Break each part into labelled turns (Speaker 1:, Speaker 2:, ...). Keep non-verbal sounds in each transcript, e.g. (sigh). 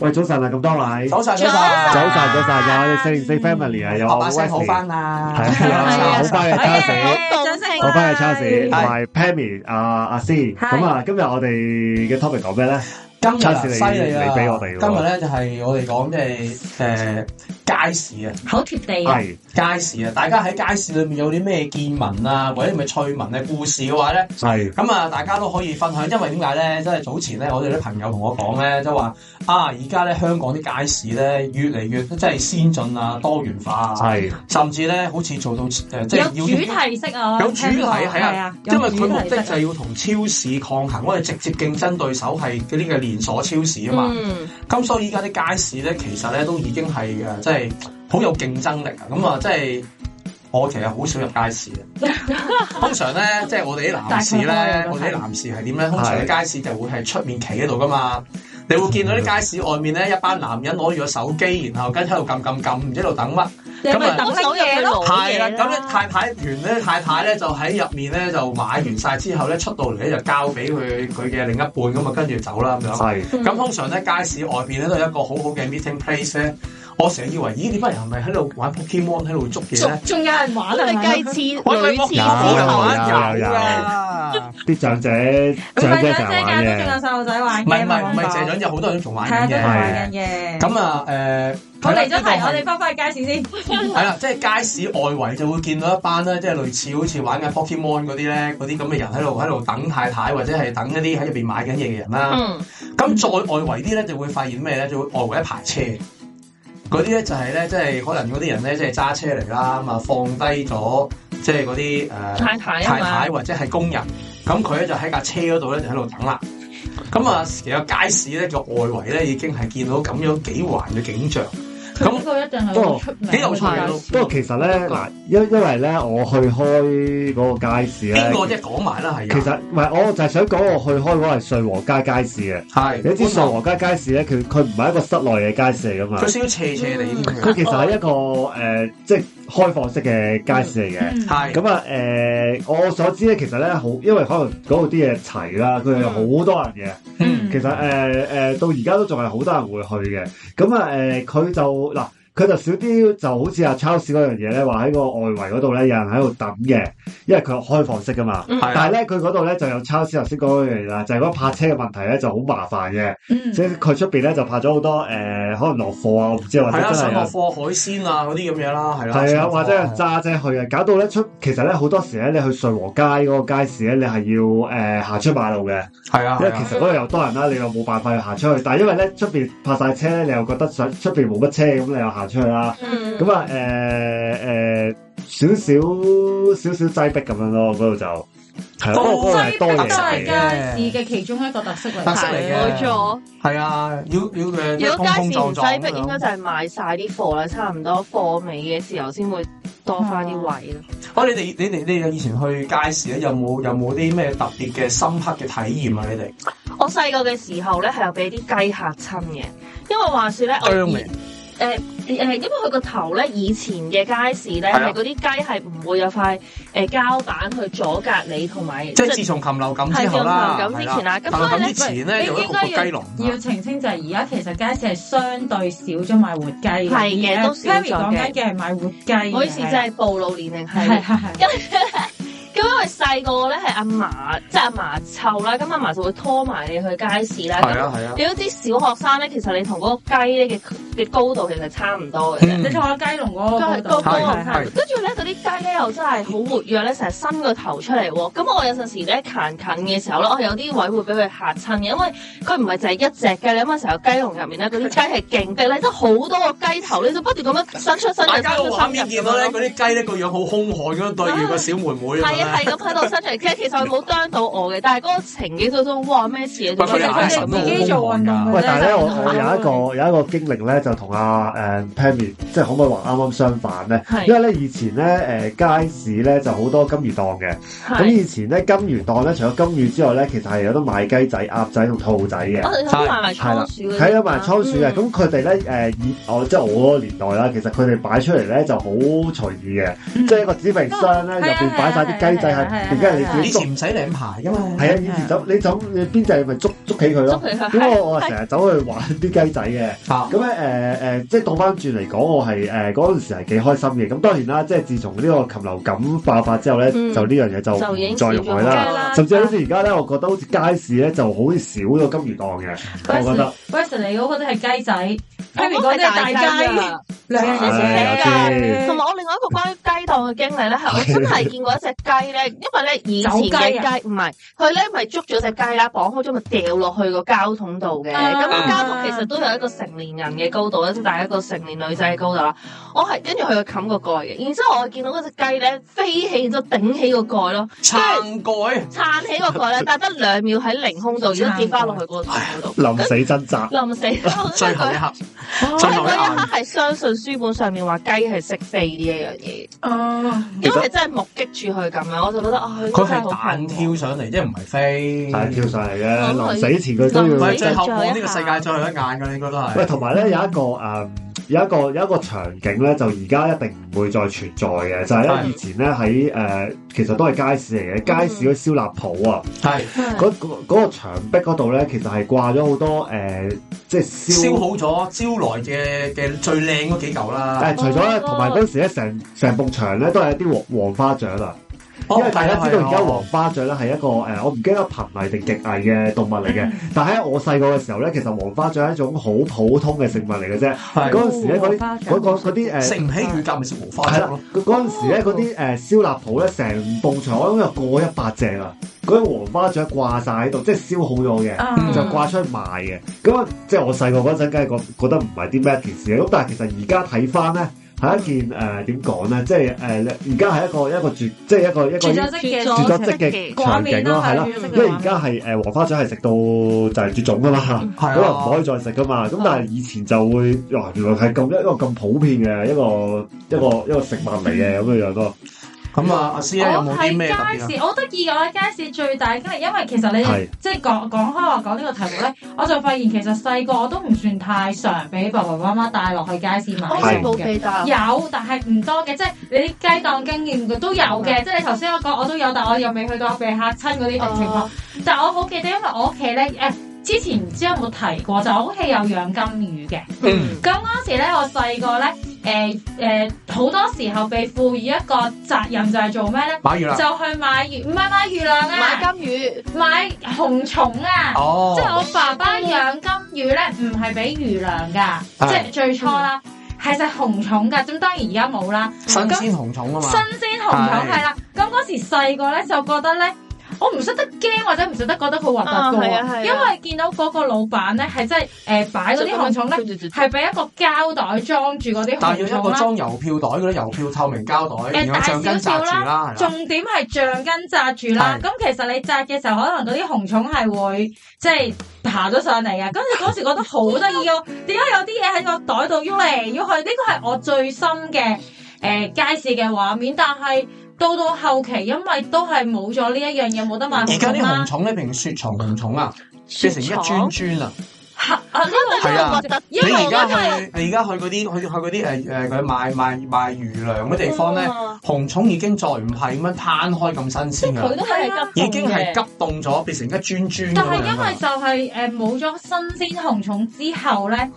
Speaker 1: 喂，早晨啊，咁多位，
Speaker 2: 早嗯晨早晨
Speaker 1: 早晨，早晨，有我哋四零四 family 啊，有
Speaker 2: 我
Speaker 1: 我
Speaker 2: 把聲好
Speaker 1: Wesley，
Speaker 2: 翻啦，
Speaker 1: 係啊，好翻嘅 Charles，
Speaker 3: 好，掌聲。
Speaker 1: 好翻嘅 Charles，
Speaker 2: 係
Speaker 1: 同埋 Pammy 阿阿 C，咁啊，今日我哋嘅 topic 講咩咧？
Speaker 2: 今日啊
Speaker 1: Charles，你
Speaker 2: 犀利啊！
Speaker 1: 你俾我哋喎
Speaker 2: 今日咧就係我哋講即係呃誒街市啊，
Speaker 3: 好貼地啊。
Speaker 1: 係
Speaker 2: 街市啊，大家喺街市裏面有啲咩見聞啊，或者咪趣聞嘅故事嘅話咧，
Speaker 1: 係
Speaker 2: 咁啊大家都可以分享。因為點解咧？即係早前咧，我哋啲朋友同我講咧，即係話啊，而家咧香港啲街市咧越嚟越即係先進啊、多元化啊，
Speaker 1: 係
Speaker 2: 甚至咧好似做到誒、即係要
Speaker 3: 有主題式啊，
Speaker 2: 有主題
Speaker 3: 聽落。
Speaker 2: 係啊
Speaker 3: 係啊，，
Speaker 2: 因為佢目的
Speaker 3: 有主題式。
Speaker 2: 就係要同超市抗衡，我哋直接競爭對手係嗰啲嘅連鎖超市啊嘛。咁、所以依家啲街市咧，其實咧都已經係誒，即係好有競爭力啊。咁啊，即係我其實好少入街市嘅。 (laughs) 通常咧，即係我哋啲男士
Speaker 3: 大
Speaker 2: 咧
Speaker 3: 概，
Speaker 2: 我哋啲男士係點咧？通常啲街市就會係出面企喺度噶嘛。你會見到啲街市外面咧，一班男人攞住個手機，然後跟住喺度撳撳撳，唔知喺度等乜。
Speaker 4: 啊
Speaker 3: 你咪等手嘢咯。
Speaker 2: 係啦，咁咧太太完咧，太太咧就喺入面咧就買完晒之後咧，出到嚟咧就交俾佢佢嘅另一半咁啊，跟住走啦咁樣。
Speaker 1: 係
Speaker 2: 咁通常咧街市外邊咧都有一個好好嘅 meeting place 咧，我成日以為咦呢班人係咪喺度玩 Pokemon 喺度捉嘢咧？
Speaker 4: 嗯
Speaker 3: 仲有人玩啊，係咪？
Speaker 2: 喂喂，
Speaker 1: 有有有有
Speaker 2: 㗎，
Speaker 1: 啲長者長者成日玩嘅，
Speaker 2: 啊
Speaker 3: 唔係長者㗎，都仲有細路仔玩嘅，
Speaker 2: 唔係唔係唔係
Speaker 3: 冇辦法。
Speaker 2: 謝長有好多人仲玩緊
Speaker 1: 係啊
Speaker 2: 嘅。
Speaker 3: 係啊，都仲玩緊嘅。
Speaker 2: 咁啊誒，
Speaker 3: 好，嚟咗
Speaker 2: 係啦呢
Speaker 3: 題，
Speaker 2: 個係
Speaker 3: 我哋返返去街市先。
Speaker 2: 係啦，即係街市外圍就會見到一班咧，即係類似好似玩緊 Pokemon 嗰啲咧，嗰啲咁嘅人喺度喺度等太太，或者係等一啲喺入邊買緊嘢嘅人啦。咁、再外圍啲咧，就會發現咩咧？就會外圍一排車，嗰啲咧就係咧，即係可能嗰啲人咧，即係揸車嚟啦，咁啊放低咗即係嗰啲誒太啊太或者係工人，咁佢咧就喺架車嗰度咧就喺度等啦。咁啊，其實街市咧嘅外圍咧已經係見到咁樣幾環嘅景象，咁
Speaker 3: 佢呢個一定係好出名嘅
Speaker 2: 幾有趣嘅都。
Speaker 1: 不過其實
Speaker 2: 嗯
Speaker 1: 咧嗱，因因為咧我去開嗰個街市咧
Speaker 2: 邊，個啫？講埋啦，係啊
Speaker 1: 其實唔係我就係想講我去開嗰個係瑞和街街市嘅。
Speaker 2: 係
Speaker 1: 你知上，和街街市咧，佢佢唔係一個室內嘅街市嚟噶嘛
Speaker 2: 佢，少斜斜地添
Speaker 1: 佢
Speaker 2: 嘅，
Speaker 1: 其實係
Speaker 2: (laughs)
Speaker 1: 一個誒、呃即係開放式嘅街市嚟嘅。
Speaker 3: 嗯。
Speaker 2: 係
Speaker 1: 咁啊誒，我所知咧，其實咧好，因為可能嗰度啲嘢齊啦，佢係好多人嘅。
Speaker 2: 嗯
Speaker 1: 其實誒誒、呃到而家都仲係好多人會去嘅。咁啊誒，佢、就嗱。佢就少啲，就好似阿 Charles 嗰樣嘢咧，話喺個外圍嗰度咧，有人喺度等嘅，因為佢係開放式噶嘛。
Speaker 3: 嗯
Speaker 2: 係
Speaker 1: 但係啊
Speaker 2: 啦，
Speaker 1: 咧，佢嗰度咧就有 Charles 頭先講嗰樣嘢啦，就係、嗰個泊車嘅問題咧就好麻煩嘅。
Speaker 3: 嗯。
Speaker 1: 即係佢出邊咧就拍咗好多誒、呃可能落貨啊，我唔知或者
Speaker 2: 係啦，
Speaker 1: 真
Speaker 2: 上落
Speaker 1: 係
Speaker 2: 貨海鮮啊嗰啲咁嘢啦，係啦，
Speaker 1: 係啊，
Speaker 2: 上落貨
Speaker 1: 或者係揸車去啊，搞到咧出其實咧好多時咧，你去瑞和街嗰個街市咧，你係要誒、呃行出馬路嘅，
Speaker 2: 係啊，
Speaker 1: 因為
Speaker 2: 係啊
Speaker 1: 其實嗰度又多人啦，你又冇辦法去行出去，但係因為咧出邊泊晒車咧，你又覺得想出邊冇乜車，咁你又行出去啦，
Speaker 3: 嗯。
Speaker 1: 咁啊誒誒少少少少擠迫咁樣咯，嗰度就係啊不過嗰度係多
Speaker 2: 擠迫
Speaker 1: 嘢
Speaker 2: 真係
Speaker 1: 嘅，
Speaker 3: 都係街市嘅其中一個特色嚟。
Speaker 2: 特色嚟嘅。
Speaker 4: 冇錯。
Speaker 2: 係啊，要要嘅
Speaker 4: 如
Speaker 2: 通
Speaker 4: 果街
Speaker 2: 通
Speaker 4: 市唔
Speaker 2: 撞撞
Speaker 4: 擠
Speaker 2: 咁
Speaker 4: 迫，應該
Speaker 2: 樣。
Speaker 4: 就係賣晒啲貨啦，差唔多貨尾嘅時候先會多翻啲位咯。
Speaker 2: 喂，你哋你哋你哋以前去街市咧，有冇有冇啲咩特別嘅深刻嘅體驗啊？你哋
Speaker 4: 我細個嘅時候咧，係有俾啲雞嚇親嘅，因為話說咧，我
Speaker 2: 啄
Speaker 4: 以
Speaker 2: 味
Speaker 4: 誒誒，因為佢個頭咧，以前嘅街市咧
Speaker 2: 係啊
Speaker 4: 係嗰啲雞係唔會有塊誒膠板去阻隔你同埋
Speaker 2: 即係自從禽流感之後啦，
Speaker 4: 係自從禽流感之前啦
Speaker 2: 係
Speaker 4: 咁
Speaker 2: 啦禽流
Speaker 4: 所以
Speaker 2: 感
Speaker 4: 咧
Speaker 2: 之前咧
Speaker 3: 你
Speaker 2: 有一
Speaker 3: 應
Speaker 2: 個
Speaker 3: 該要
Speaker 2: 雞籠啊，
Speaker 3: 要澄清就係而家其實街市係相對少咗買活雞嘅，
Speaker 4: 係嘅
Speaker 3: 而呃
Speaker 4: 都少咗
Speaker 3: Perry 講緊嘅係買活雞嘅，
Speaker 4: 我以前真係暴露年齡係
Speaker 3: 係。係係
Speaker 4: 咁因為細個咧係阿嫲，即係阿嫲湊啦，咁阿嫲就會拖埋你去街市啦。
Speaker 2: 係
Speaker 4: 咁
Speaker 2: 啊係啊，
Speaker 4: 你都知小學生咧，其實你同嗰個雞咧嘅嘅高度其實差唔多嘅啫。
Speaker 2: 嗯
Speaker 3: 你同我雞籠嗰個
Speaker 4: 都係高
Speaker 2: 高
Speaker 3: 係係
Speaker 2: 係
Speaker 4: 跟住咧，嗰啲雞咧又真係好活躍咧，成日伸個頭出嚟喎。咁我有陣時咧行近嘅時候咧，我有啲位會俾佢嚇親嘅，因為佢唔係就係一隻雞，你諗下成個雞籠入面咧，嗰啲雞係勁逼咧，即係好多個雞頭咧，就不斷咁樣伸出伸入
Speaker 2: 大
Speaker 4: 伸
Speaker 2: 家個
Speaker 4: 出
Speaker 2: 畫
Speaker 4: 伸
Speaker 2: 面
Speaker 4: 入
Speaker 2: 見
Speaker 4: 咁
Speaker 2: 到咧，
Speaker 4: 樣
Speaker 2: 嗰啲雞咧個樣好兇悍咁樣對住個小妹妹咁樣
Speaker 4: 係
Speaker 2: 咧
Speaker 4: 啊，係咁喺度伸出嚟，其實其實佢冇啄到我嘅，但係嗰個情景當中，哇咩事啊？
Speaker 2: 喂佢哋眼神都
Speaker 3: 自
Speaker 2: 好
Speaker 3: 己做運動
Speaker 1: 喂
Speaker 3: 嘅，
Speaker 1: 但係咧，我我
Speaker 3: 真係
Speaker 1: 有一個有一個經歷咧，就同阿誒 Pammy，即係可唔可以話啱啱相反咧？
Speaker 4: 係
Speaker 1: 因為咧以前咧誒、街市咧就好多金魚檔嘅，咁
Speaker 4: 係
Speaker 1: 以前咧金魚檔咧除咗金魚之外咧，其實係有得賣雞仔、鴨仔同兔仔嘅。
Speaker 4: 我哋睇埋埋倉鼠嗰啲，
Speaker 1: 睇咗埋啊倉鼠嘅，咁佢哋咧誒以我即係我嗰個年代啦，其實佢哋擺出嚟咧就好隨意嘅，即係一個紙皮箱咧，入
Speaker 3: 係啊
Speaker 1: 邊擺晒啲
Speaker 3: 係
Speaker 1: 掣嗯哦係而家係你
Speaker 2: 以
Speaker 1: 自己
Speaker 2: 前唔使領牌噶嘛，
Speaker 1: 係啊，以前就你走你邊掣咪捉捉起佢
Speaker 4: 捉
Speaker 1: 咯。
Speaker 4: 佢佢
Speaker 1: 咁
Speaker 4: 係
Speaker 1: 我我成日走去玩啲雞仔嘅。
Speaker 2: 啊，
Speaker 1: 咁咧誒誒，即係倒翻轉嚟講，我係誒嗰陣時係幾開心嘅。咁當然啦，即係自從呢個禽流感爆發之後咧，
Speaker 4: 嗯
Speaker 1: 就呢樣嘢就
Speaker 4: 就已
Speaker 1: 唔
Speaker 4: 經
Speaker 1: 再
Speaker 4: 少
Speaker 1: 容
Speaker 4: 咗
Speaker 1: 許啦。
Speaker 4: 啦，
Speaker 1: 甚至好似而家咧，我覺得好似街市咧就好似少咗金魚檔
Speaker 4: (laughs)
Speaker 1: 嘅，我覺得
Speaker 3: Wesley 你嗰個都係雞仔，Henry 嗰
Speaker 4: 我
Speaker 3: 啲係大
Speaker 4: 雞
Speaker 3: 雞。
Speaker 4: 㗎
Speaker 2: 靚啊
Speaker 4: 係啊
Speaker 1: 唉有啲
Speaker 4: 同埋我另外一個關於雞檔嘅經歷咧，嗯係我真係見過一隻雞咧，因為咧以前嘅
Speaker 3: 走雞啊
Speaker 4: 雞唔係，佢咧咪捉咗只雞啦，綁好咗咪掉落去個膠桶度嘅，
Speaker 3: 啊
Speaker 4: 咁個膠桶其實都有一個成年人嘅高度啦，即係大一個成年女仔嘅高度啦。我係跟住佢冚個蓋嘅，然之後我見到嗰只雞咧飛起咗頂起個蓋咯，
Speaker 2: 撐蓋，
Speaker 4: 撐起個 (laughs) 蓋咧，但係得兩秒喺凌空度，然之後跌翻落去嗰個桶嗰
Speaker 3: (laughs)
Speaker 4: 度，
Speaker 1: 臨死掙扎。
Speaker 4: 冧死我
Speaker 2: 最後一刻，最後一
Speaker 4: 我係嗰一
Speaker 2: 眼
Speaker 4: 刻係相信書本上面話雞係識飛呢一樣嘢。
Speaker 3: 哦，
Speaker 1: 其
Speaker 4: 因
Speaker 1: 實
Speaker 4: 為真係目擊住佢咁樣，我就覺得啊，
Speaker 2: 佢
Speaker 4: 真
Speaker 2: 係
Speaker 4: 係好
Speaker 2: 彈跳上嚟，即係唔係
Speaker 4: 嗯
Speaker 2: 飛，
Speaker 1: 係跳上嚟嘅，
Speaker 4: 咁佢
Speaker 1: 臨死前佢都
Speaker 2: 唔
Speaker 4: 臨
Speaker 1: 要
Speaker 2: 係。
Speaker 4: 死
Speaker 2: 最後望呢個世界最後一眼㗎，應該都
Speaker 1: 喂，
Speaker 2: 係。
Speaker 1: 同埋咧有一個誒、嗯有一個有一個場景咧，就而家一定唔會再存在嘅，就係、嗯呢
Speaker 2: 係
Speaker 1: 咧以前咧喺誒，其實都係街市嚟嘅，街市嗰啲燒臘鋪啊，
Speaker 2: 係
Speaker 1: 嗰嗰嗰個牆壁嗰度咧，其實係掛咗好多誒、呃即係燒
Speaker 2: 燒好咗招來嘅嘅最靚嗰幾嚿
Speaker 1: 誒、
Speaker 2: 啦。
Speaker 1: 除咗咧，
Speaker 4: 哦
Speaker 1: 同埋嗰陣時咧，成成埲牆咧都係一啲黃黃花雀啊，
Speaker 2: 哦
Speaker 1: 因為大家知道而家黃
Speaker 2: 啊
Speaker 1: 花雀咧啊係一個誒、呃我唔記得瀕危定極危嘅動物嚟嘅。但係喺我細個嘅時候咧，其實黃花雀係一種好普通嘅食物嚟嘅啫。
Speaker 2: 係
Speaker 1: 嗰陣時咧，嗰
Speaker 3: 黃花
Speaker 1: 啲
Speaker 3: 雀
Speaker 1: 嗰嗰嗰啲呃誒。
Speaker 2: 食唔起乳鴿咪食黃花
Speaker 1: 係
Speaker 2: 雀
Speaker 1: 啦
Speaker 2: 咯。，
Speaker 1: 嗰嗰陣時咧，嗰啲誒燒臘鋪咧，成埲牆我諗有過一百隻啦，嗰啲黃花雀掛晒喺度，即係燒好咗嘅。
Speaker 3: 啊
Speaker 1: 就掛出去賣嘅。咁啊，即係我細個嗰陣，梗係覺覺得唔係啲咩一件事嘅。咁但係其實而家睇翻咧，係一件誒點講咧，即係誒而家係一個一個絕，即係一個一
Speaker 3: 絕
Speaker 1: 個
Speaker 3: 咗跡嘅
Speaker 4: 絕
Speaker 1: 絕咗跡嘅
Speaker 3: 畫
Speaker 1: 場
Speaker 3: 面
Speaker 1: 景咯，
Speaker 3: 啦，
Speaker 1: 係啦。
Speaker 3: 絕咗跡
Speaker 1: 因為而
Speaker 3: 嘅畫面
Speaker 1: 家係誒黃花雀係食到就係絕種噶嘛，
Speaker 2: 係
Speaker 1: 咁啊唔可以
Speaker 2: 啊，
Speaker 1: 再食噶嘛。咁但係以前就會哇，原來係咁一個咁普遍嘅一個一個一個食物嚟嘅咁樣樣咯。
Speaker 2: 咁啊，阿師奶有
Speaker 3: 我
Speaker 2: 冇
Speaker 3: 喺
Speaker 2: 啲咩特別啊？
Speaker 3: 街市，我得意嘅咧。街市最大，因為因為其實你
Speaker 1: 係
Speaker 3: 即係講講開話講呢個題目咧，我就發現其實細個我都唔算太常俾爸爸媽媽帶落去街市買
Speaker 4: 我
Speaker 1: 係
Speaker 4: 係
Speaker 3: 嘢
Speaker 4: 冇啊
Speaker 3: 嘅。
Speaker 4: 被打，
Speaker 3: 有，但係唔多嘅，即係你啲雞檔經驗嘅都有嘅，即係你頭先我講我都有，但我又未去到被嚇親嗰啲情況。
Speaker 4: 嗯哦
Speaker 3: 但我好記得，因為我屋企咧誒，之前唔知有冇提過，就我屋企有養金魚嘅。
Speaker 2: 嗯，
Speaker 3: 咁嗰時咧，我細個咧，誒、誒，好、多時候被賦予一個責任就係做咩咧？
Speaker 2: 買完啦。
Speaker 3: (laughs) 就去買魚，唔係買魚糧
Speaker 4: 買
Speaker 3: 啊，
Speaker 4: 金魚，
Speaker 3: 買紅蟲啊！即係
Speaker 2: 哦，
Speaker 3: 我爸爸養金魚咧，唔係俾魚糧㗎，
Speaker 2: 係
Speaker 3: 即係最初啦，係食紅蟲㗎。咁當然而家冇啦，
Speaker 2: 新鮮紅蟲啊嘛
Speaker 3: 新。鮮紅蟲
Speaker 2: 係
Speaker 3: 係啦。咁嗰時細個咧就覺得咧，我唔識得驚或者唔識得覺得佢核突
Speaker 4: 啊
Speaker 3: 㗎
Speaker 4: 係啊係
Speaker 3: 喎，
Speaker 4: 啊
Speaker 3: 因為見到嗰個老闆咧係真係誒擺嗰啲紅
Speaker 4: (laughs)
Speaker 3: 蟲咧。
Speaker 4: 咧
Speaker 3: 係俾一個膠袋裝住嗰啲
Speaker 2: 但係
Speaker 3: 紅
Speaker 2: 要一個
Speaker 3: 蟲啦。
Speaker 2: 裝郵票袋嗰啲郵票透明膠袋，
Speaker 3: 誒
Speaker 2: 然後橡筋扎住啦，係啦，
Speaker 3: 重點係橡筋紮住啦
Speaker 2: 係，
Speaker 3: 咁其實你紮嘅時候，可能嗰啲紅蟲係會即係爬咗上嚟嘅。咁你嗰時覺得好得
Speaker 2: (laughs)
Speaker 3: 意咯，點解有啲嘢喺個袋度喐嚟喐去？呢個係我最深嘅誒、呃街市嘅畫面，但係到到後期，因為都係冇咗呢一樣嘢，冇得買
Speaker 2: 嗯而
Speaker 3: 紅
Speaker 2: 家
Speaker 3: 蟲
Speaker 2: 啲紅
Speaker 3: 啦。
Speaker 2: 蟲咧，譬如雪藏紅蟲啊，
Speaker 4: 雪
Speaker 2: 變成一磚
Speaker 4: 藏，
Speaker 2: 磚啊。
Speaker 3: 啊呢個
Speaker 2: 係啊
Speaker 4: 核突，
Speaker 2: 你
Speaker 3: 因為
Speaker 2: 而
Speaker 3: 我
Speaker 2: 家
Speaker 3: 覺得係
Speaker 2: 去，你而家去嗰啲去去嗰啲誒誒，佢賣賣賣魚糧嘅地方咧，
Speaker 4: 嗯
Speaker 2: 紅蟲已經再唔係咁樣攤開咁新鮮
Speaker 3: 啊
Speaker 2: 㗎啦，
Speaker 4: 佢都係急凍嘅
Speaker 2: 已經係啊急凍咗，變成一磚磚咁
Speaker 3: 但係
Speaker 2: 樣
Speaker 3: 因
Speaker 2: 㗎啦
Speaker 3: 為就係誒冇咗新鮮紅蟲之後咧，誒、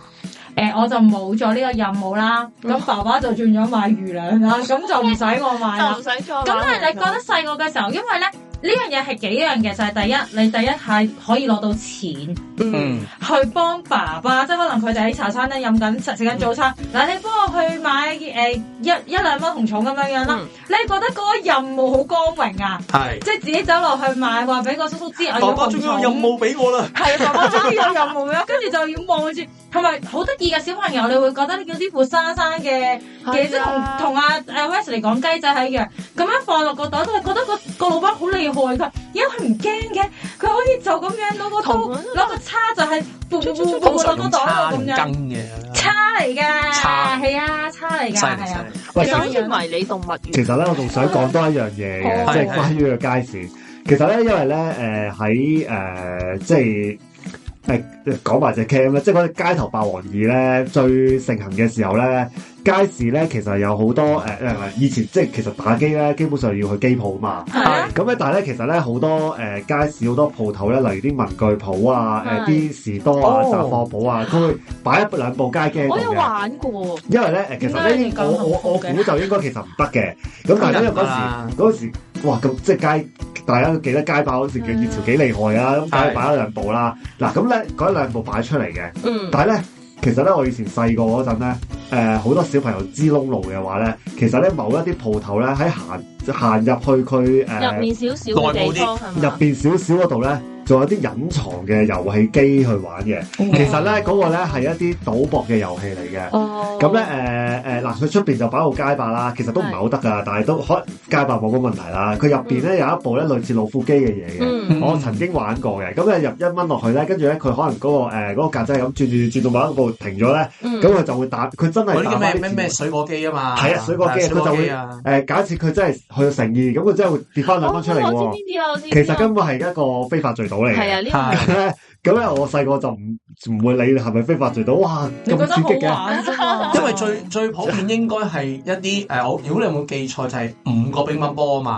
Speaker 3: 我就冇咗呢個任務啦。
Speaker 2: 嗯
Speaker 3: 咁爸爸就轉咗買魚糧啦，咁就唔使我買啦
Speaker 4: 就唔。使再買
Speaker 3: 咁但係你覺得細個嘅時候，因為咧呢樣嘢係幾樣嘅，就係、第一，你第一係可以攞到錢。
Speaker 2: 嗯，
Speaker 3: 去幫爸爸，即係可能佢哋喺茶餐廳飲緊食食緊早餐，嗱你幫我去買誒、呃一一兩蚊紅蟲咁樣樣啦，
Speaker 4: 嗯
Speaker 3: 你係覺得嗰個任務好光榮啊，
Speaker 2: 係。
Speaker 3: 即係自己走落去買，話俾個叔叔知我要
Speaker 2: 爸爸
Speaker 3: 紅
Speaker 2: 終於有
Speaker 3: 蟲。
Speaker 2: 任務俾我啦，
Speaker 3: 係啊，爸爸終於有任務啦，跟住就要望住，同埋好得意嘅小朋友，你會覺得呢叫啲活生生嘅
Speaker 4: 啊
Speaker 3: 嘅，即係同同阿誒 Wesley 講雞仔係一樣，咁樣放落個袋度，你覺得個個老闆好厲害㗎，因為佢唔驚嘅，佢可以就咁樣攞個刀，
Speaker 4: 同
Speaker 3: 攞個叉就係撥撥撥撥
Speaker 2: 通
Speaker 3: 落
Speaker 2: 常
Speaker 3: 個
Speaker 2: 用
Speaker 3: 袋
Speaker 2: 叉
Speaker 3: 度
Speaker 2: 用
Speaker 3: 咁
Speaker 2: 羹
Speaker 3: 樣，
Speaker 2: 嘅，
Speaker 3: 叉嚟㗎，
Speaker 2: 叉
Speaker 3: 係啊，叉
Speaker 2: 犀
Speaker 3: 嚟
Speaker 2: 利
Speaker 3: 㗎，
Speaker 2: 犀
Speaker 3: 係啊，
Speaker 2: 利。
Speaker 1: 喂
Speaker 4: 其實好似迷你動物園，
Speaker 1: 其實咧，我仲想講多一樣嘢
Speaker 3: 好
Speaker 1: 嘅，呃即係關於個街市。其實咧，因為咧，誒喺誒即係誒講埋只 cam 咧，即係嗰只街頭霸王二咧最盛行嘅時候咧，街市咧其實有好多誒、誒以前即係其實打機咧，基本上要去機鋪嘛。
Speaker 3: 係啊，
Speaker 1: 咁咧，但係咧，其實咧好多誒、呃街市好多鋪頭咧，例如啲文具鋪啊、誒
Speaker 4: 係
Speaker 1: 啲士多啊、
Speaker 2: 哦
Speaker 1: 雜貨鋪啊，佢會擺一兩部街機喺度
Speaker 4: 我有
Speaker 1: 嘅。
Speaker 4: 玩過，
Speaker 1: 因為咧，誒，其實
Speaker 3: 點解你
Speaker 1: 呢，
Speaker 3: 咁
Speaker 1: 我我我
Speaker 3: 幸福嘅
Speaker 1: 估就應該其實唔得嘅。咁但係因為嗰
Speaker 2: (laughs) 啊
Speaker 1: 時嗰時，哇！咁即係街，大家都記得街霸嗰時嘅熱潮幾厲害啊！咁梗係
Speaker 2: 係
Speaker 1: 擺咗兩部啦。嗱，咁咧嗰一兩部擺出嚟嘅，
Speaker 4: 嗯，
Speaker 1: 但係咧，其實咧我以前細個嗰陣咧，誒、好多小朋友知窿路嘅話咧，其實咧某一啲鋪頭咧喺行行入去佢誒。
Speaker 4: 入面少少嘅地方係
Speaker 1: 入
Speaker 4: 嘛？
Speaker 1: 邊少少嗰度咧，仲有啲隱藏嘅遊戲機去玩嘅。其實咧，嗰、個咧係一啲賭博嘅遊戲嚟嘅。
Speaker 4: 哦，
Speaker 1: 咁咧誒誒嗱，佢出邊就擺部街霸啦，其實都唔係好得噶，但係都可能街霸冇乜問題啦。佢入邊咧有一部咧類似老虎機嘅嘢嘅。
Speaker 4: 嗯，
Speaker 1: 我曾經玩過嘅，咁咧入一蚊落去咧，跟住咧佢可能嗰、個誒嗰、個格仔係咁轉轉轉到某一個停咗咧，
Speaker 4: 嗯，
Speaker 1: 咁佢、就會打，佢真
Speaker 2: 嗰
Speaker 1: 係
Speaker 2: 啲
Speaker 1: 打
Speaker 2: 叫咩
Speaker 1: 翻
Speaker 2: 咩咩水果機啊嘛，
Speaker 1: 係啊水果機
Speaker 2: 係水
Speaker 1: 佢
Speaker 2: 果
Speaker 1: 就會
Speaker 2: 機啊
Speaker 1: 誒、假設佢真係去到誠意，咁佢真係會跌翻兩
Speaker 4: 我
Speaker 1: 蚊
Speaker 4: 我知
Speaker 1: 出嚟喎。
Speaker 4: 邊啲啊，我知邊啲啊。
Speaker 1: 其實根本係一個非法聚賭嚟
Speaker 4: 係
Speaker 1: 嘅。
Speaker 4: 啊，呢個係
Speaker 1: 咁咧，我細個就唔唔會理係咪非法聚賭，哇
Speaker 3: 你
Speaker 1: 咁
Speaker 3: 覺得好
Speaker 1: 刺激嘅，
Speaker 3: 玩啫嘛
Speaker 2: 因為最最普遍應該係一啲誒，我如果你有冇記錯就係五個乒乓波啊嘛，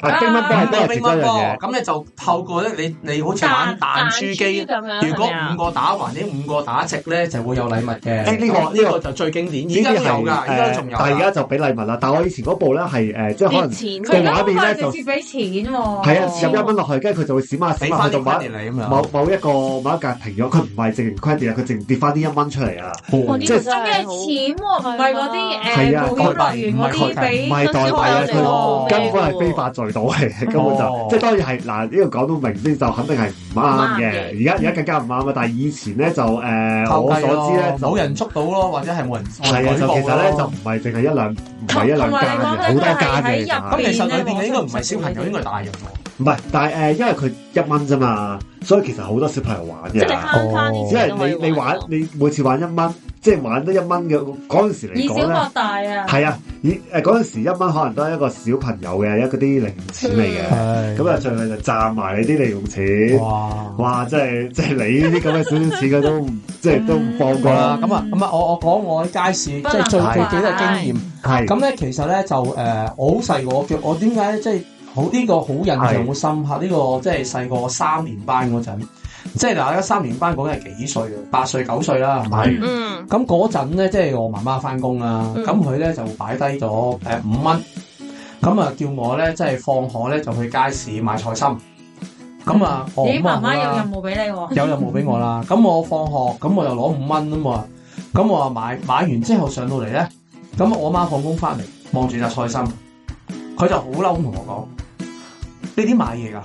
Speaker 1: 啊乒乓波
Speaker 2: 五
Speaker 1: 係都
Speaker 2: 個
Speaker 1: 係
Speaker 2: 乒
Speaker 1: 其中
Speaker 2: 乓
Speaker 1: 一樣嘢
Speaker 2: 波，，咁你就透過咧，你你好似玩
Speaker 4: 彈
Speaker 2: 彈
Speaker 4: 彈
Speaker 2: 珠機
Speaker 4: 珠。咁樣，
Speaker 2: 如果
Speaker 4: 係咪啊
Speaker 2: 五個打橫，呢五個打直咧，就會有禮物嘅。
Speaker 1: 呢呢個呢
Speaker 2: 咁
Speaker 1: 個
Speaker 2: 呢個就最經典，
Speaker 1: 呢
Speaker 2: 依家
Speaker 1: 啲
Speaker 2: 都有㗎，
Speaker 1: 係
Speaker 2: 依家
Speaker 1: 誒
Speaker 2: 仲有㗎。
Speaker 1: 但係而家就俾禮物啦。但係我以前嗰部咧係誒，即係可
Speaker 4: 跌
Speaker 1: 能
Speaker 4: 錢
Speaker 1: 佢
Speaker 3: 佢
Speaker 1: 而
Speaker 3: 而
Speaker 1: 家
Speaker 3: 家
Speaker 1: 畫面咧就
Speaker 3: 直接俾錢喎，
Speaker 1: 係啊，入一蚊落去，跟住佢就會閃下閃
Speaker 2: 俾
Speaker 1: 下，
Speaker 2: 翻
Speaker 1: 佢就
Speaker 2: 啲啊翻
Speaker 1: 買
Speaker 2: 嚟你咁樣。
Speaker 1: 某某一個某一格停咗，佢唔係直情 credit 啊，佢直情跌翻啲一蚊出嚟啊，
Speaker 4: 哇
Speaker 1: 即係
Speaker 4: 呢
Speaker 3: 仲
Speaker 4: 個真
Speaker 3: 要係
Speaker 4: 係好
Speaker 3: 錢喎，唔係嗰
Speaker 1: 係啊
Speaker 3: 啲誒冒險樂園
Speaker 2: 唔
Speaker 3: 嗰
Speaker 2: 係
Speaker 3: 啲
Speaker 1: 唔
Speaker 3: 俾
Speaker 1: 係代幣啊，
Speaker 4: 都少
Speaker 1: 佢
Speaker 4: 我哋喎
Speaker 1: 根本係非法聚賭嚟嘅，根本
Speaker 2: 哦
Speaker 1: 就即係當然係嗱，呢個講到明先就肯定係唔啱嘅。
Speaker 4: 唔啱
Speaker 1: 而
Speaker 4: 嘅
Speaker 1: 家而家更加唔啱啊！但係以前咧就誒，
Speaker 2: 偷
Speaker 1: 我
Speaker 2: 雞咯
Speaker 1: 所知咧就
Speaker 2: 冇人捉到咯，或者係冇人
Speaker 1: 係啊，就其實咧就唔係淨係一兩，唔係一兩間嘅，好多間嘅其
Speaker 2: 咁
Speaker 1: 實。
Speaker 2: 其實裏邊嘅應該唔係小朋友，應該係大人喎。
Speaker 1: 唔係，但係誒、呃因為佢一蚊啫嘛，所以其實好多小朋友玩
Speaker 4: 即係你
Speaker 1: 嘅。
Speaker 4: 慳翻啲
Speaker 1: 因
Speaker 4: 錢都可
Speaker 1: 為
Speaker 4: 以
Speaker 1: 你你玩
Speaker 4: 咯
Speaker 1: 你每次玩一蚊，即係玩得一蚊嘅嗰陣時嚟講
Speaker 3: 以小
Speaker 1: 咧，
Speaker 3: 博大啊，
Speaker 1: 係啊，以誒嗰陣時一蚊可能都係一個小朋友嘅一嗰啲零錢嚟嘅，
Speaker 4: 嗯
Speaker 1: 咁啊最後就賺埋你啲零用錢。
Speaker 2: 哇！
Speaker 1: 哇！真係即係你呢啲咁嘅少少錢，佢都唔即係都唔放過
Speaker 2: 好
Speaker 1: 啦。
Speaker 2: 啦，咁啊，咁啊，我我講我喺街市即係最最記得嘅經驗。
Speaker 1: 係
Speaker 2: 咁咧，其實咧就誒、呃我好細個，我叫我點解即係好呢、個好印象好深刻？呢、個即係細個三年班嗰陣，即係嗱，而家三年班嗰陣係幾歲啊？八歲九歲啦，係咪？
Speaker 1: 係
Speaker 4: 嗯，
Speaker 2: 咁嗰陣咧，即係我媽媽翻工啦，
Speaker 4: 嗯
Speaker 2: 咁佢咧就擺低咗誒呃五蚊，咁啊叫我咧即係放學咧就去街市買菜心，咁啊我
Speaker 3: 咦
Speaker 2: 咁啊好
Speaker 3: 媽媽有
Speaker 2: 啦
Speaker 3: 任務俾你喎，
Speaker 2: 有任務俾我啦。咁我放學，咁我就攞五蚊啊嘛。咁我話買買完之後上到嚟咧，咁我媽放工翻嚟，望住隻菜心，佢就好嬲咁同我講：呢啲買嘢㗎，呢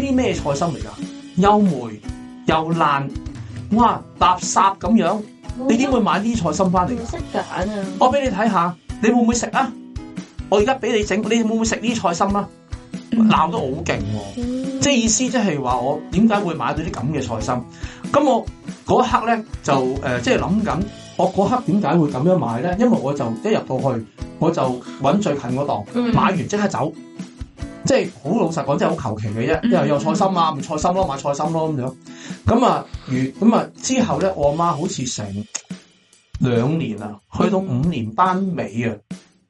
Speaker 2: 啲咩菜心嚟㗎？又霉又爛，哇！垃圾咁樣，你點會買呢啲菜心翻嚟㗎
Speaker 4: 唔？識揀啊？
Speaker 2: 我俾你睇下，你會唔會食啊？我而家俾你整，你會唔會食呢啲菜
Speaker 4: (laughs)
Speaker 2: 心啊？鬧得我好勁喎！即係意思即係話我點解會買到啲咁嘅菜心？咁我嗰一刻咧就誒、呃即係諗緊我嗰刻點解會咁樣買咧？因為我就一入到去我就揾最近嗰檔，
Speaker 4: 嗯
Speaker 2: 買完即刻走，即係好老實講，真係好求其嘅啫。又有菜心啊，咪菜心咯，買菜心咯咁樣。咁啊，如咁啊之後咧，我阿媽好似成兩年啊，去到五年班尾啊，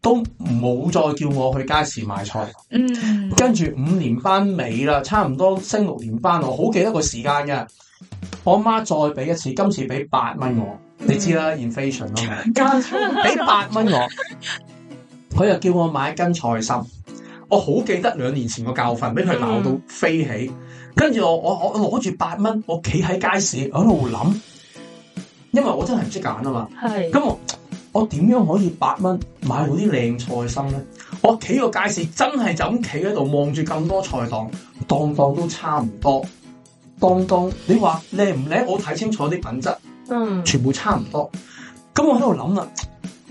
Speaker 2: 都冇再叫我去街市買菜。
Speaker 3: 嗯，
Speaker 2: 跟住五年班尾啦，差唔多升六年班，我好記得個時間嘅。我媽再俾一次，今次俾八蚊我，你知啦，inflation 啊嘛， (laughs)
Speaker 3: 加粗
Speaker 2: 嗯俾八蚊我，佢又叫我買一斤菜心。我好記得兩年前個教訓，俾佢鬧到飛起。跟住我我我攞住八蚊，我企喺街市我喺度諗，因為我真係唔識揀啊嘛。
Speaker 4: 係
Speaker 2: 咁我我點樣可以八蚊買到啲靚菜心咧？我企個街市真係就咁企喺度望住咁多菜檔，檔檔都差唔多，檔檔你話靚唔靚？我睇清楚啲品質，
Speaker 4: 嗯
Speaker 2: 全部差唔多。咁我喺度諗啦，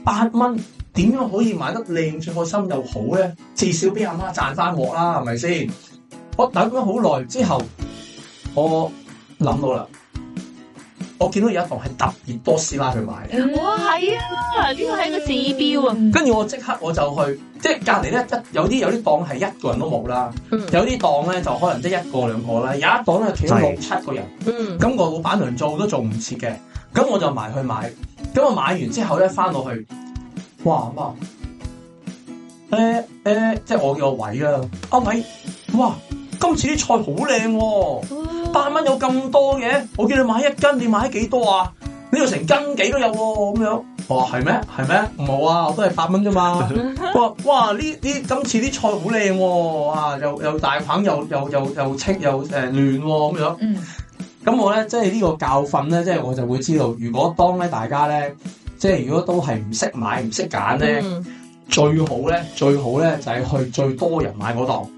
Speaker 2: 八蚊點樣可以買得靚菜心又好咧？至少俾阿媽賺翻鑊啦，係咪先？我等咗好耐之後，我諗到啦，我見到有一檔係特別多師奶去買嘅，
Speaker 4: 哇，係啊，呢個係一個指標啊。
Speaker 2: 跟住我即刻我就去，即係隔離咧一有啲有啲檔係一個人都冇啦，
Speaker 4: 嗯
Speaker 2: 有啲檔咧就可能得一個兩個啦，有一檔咧企咗六七個人，
Speaker 4: 嗯
Speaker 2: 咁我老闆娘做都做唔切嘅，咁我就埋去買，咁我買完之後咧翻到去，哇媽，誒、誒，即係我叫阿偉啦，阿偉，哇，今次啲菜好靚喎！
Speaker 4: 啊
Speaker 2: 八蚊有咁多嘅，我叫你買一斤，你買咗幾多啊？呢度成斤幾都有喎、咁樣。我話係咩？係咩？冇啊，我都係八蚊啫 (laughs) 嘛。我話哇，呢呢今次啲菜好靚喎，啊又又大棒又又又又清又誒嫩喎咁樣。
Speaker 3: 嗯，
Speaker 2: 咁我咧即係呢個教訓咧，即係我就會知道，如果當咧大家咧，即係如果都係唔識買唔識
Speaker 4: Ừ.
Speaker 2: 揀咧。
Speaker 4: 嗯
Speaker 2: 最好咧，最好咧就係、去最多人買嗰檔，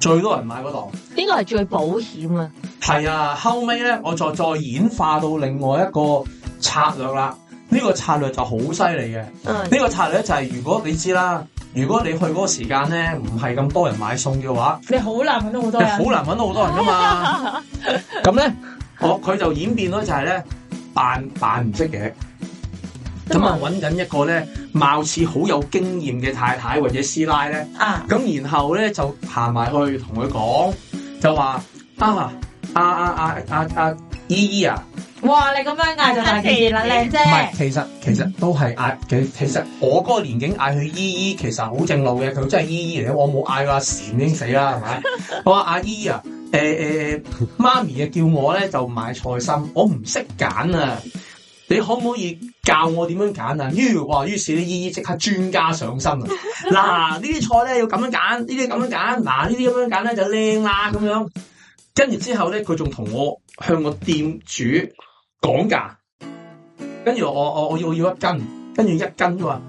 Speaker 2: 最多人買嗰檔。
Speaker 4: 呢個係最保險啊。
Speaker 2: 係啊，後尾咧我再再演化到另外一個策略啦。呢、個策略就好犀利嘅。呢、
Speaker 4: 嗯
Speaker 2: 個策略就係如果你知啦，如果你去嗰個時間咧唔係咁多人買餸嘅話，
Speaker 3: 你好難搵到好多
Speaker 2: 你
Speaker 3: 人
Speaker 2: 好。難揾到好多人噶嘛。咁咧，我佢就演變咗就係咧扮扮唔識嘢。咁啊，揾緊一個咧貌似好有經驗嘅太太或者師奶咧。
Speaker 3: 啊，
Speaker 2: 咁然後咧就行埋去同佢講，就話啊啊啊啊啊啊姨姨啊，
Speaker 3: 哇！你咁樣
Speaker 4: Dạ,
Speaker 3: 嗌就大件事啦，靚
Speaker 2: 唔係
Speaker 3: 姐。
Speaker 2: 其實其實都係嗌其其實我嗰個年紀嗌佢姨姨其實好正路嘅，佢真係姨姨嚟，我冇嗌佢阿嬋已經死啦，係咪？我話阿姨啊，誒誒誒，媽咪啊叫我咧就買菜心，我唔識揀啊。你可唔可以教我點樣揀啊？於哇，於是咧姨姨即刻專家上身啊！嗱，呢啲菜咧要咁樣揀，呢啲咁樣揀，嗱呢啲咁樣揀咧就靚啦咁樣。跟住之後咧，佢仲同我向個店主講價，跟住我我我要要一斤，跟住一斤佢話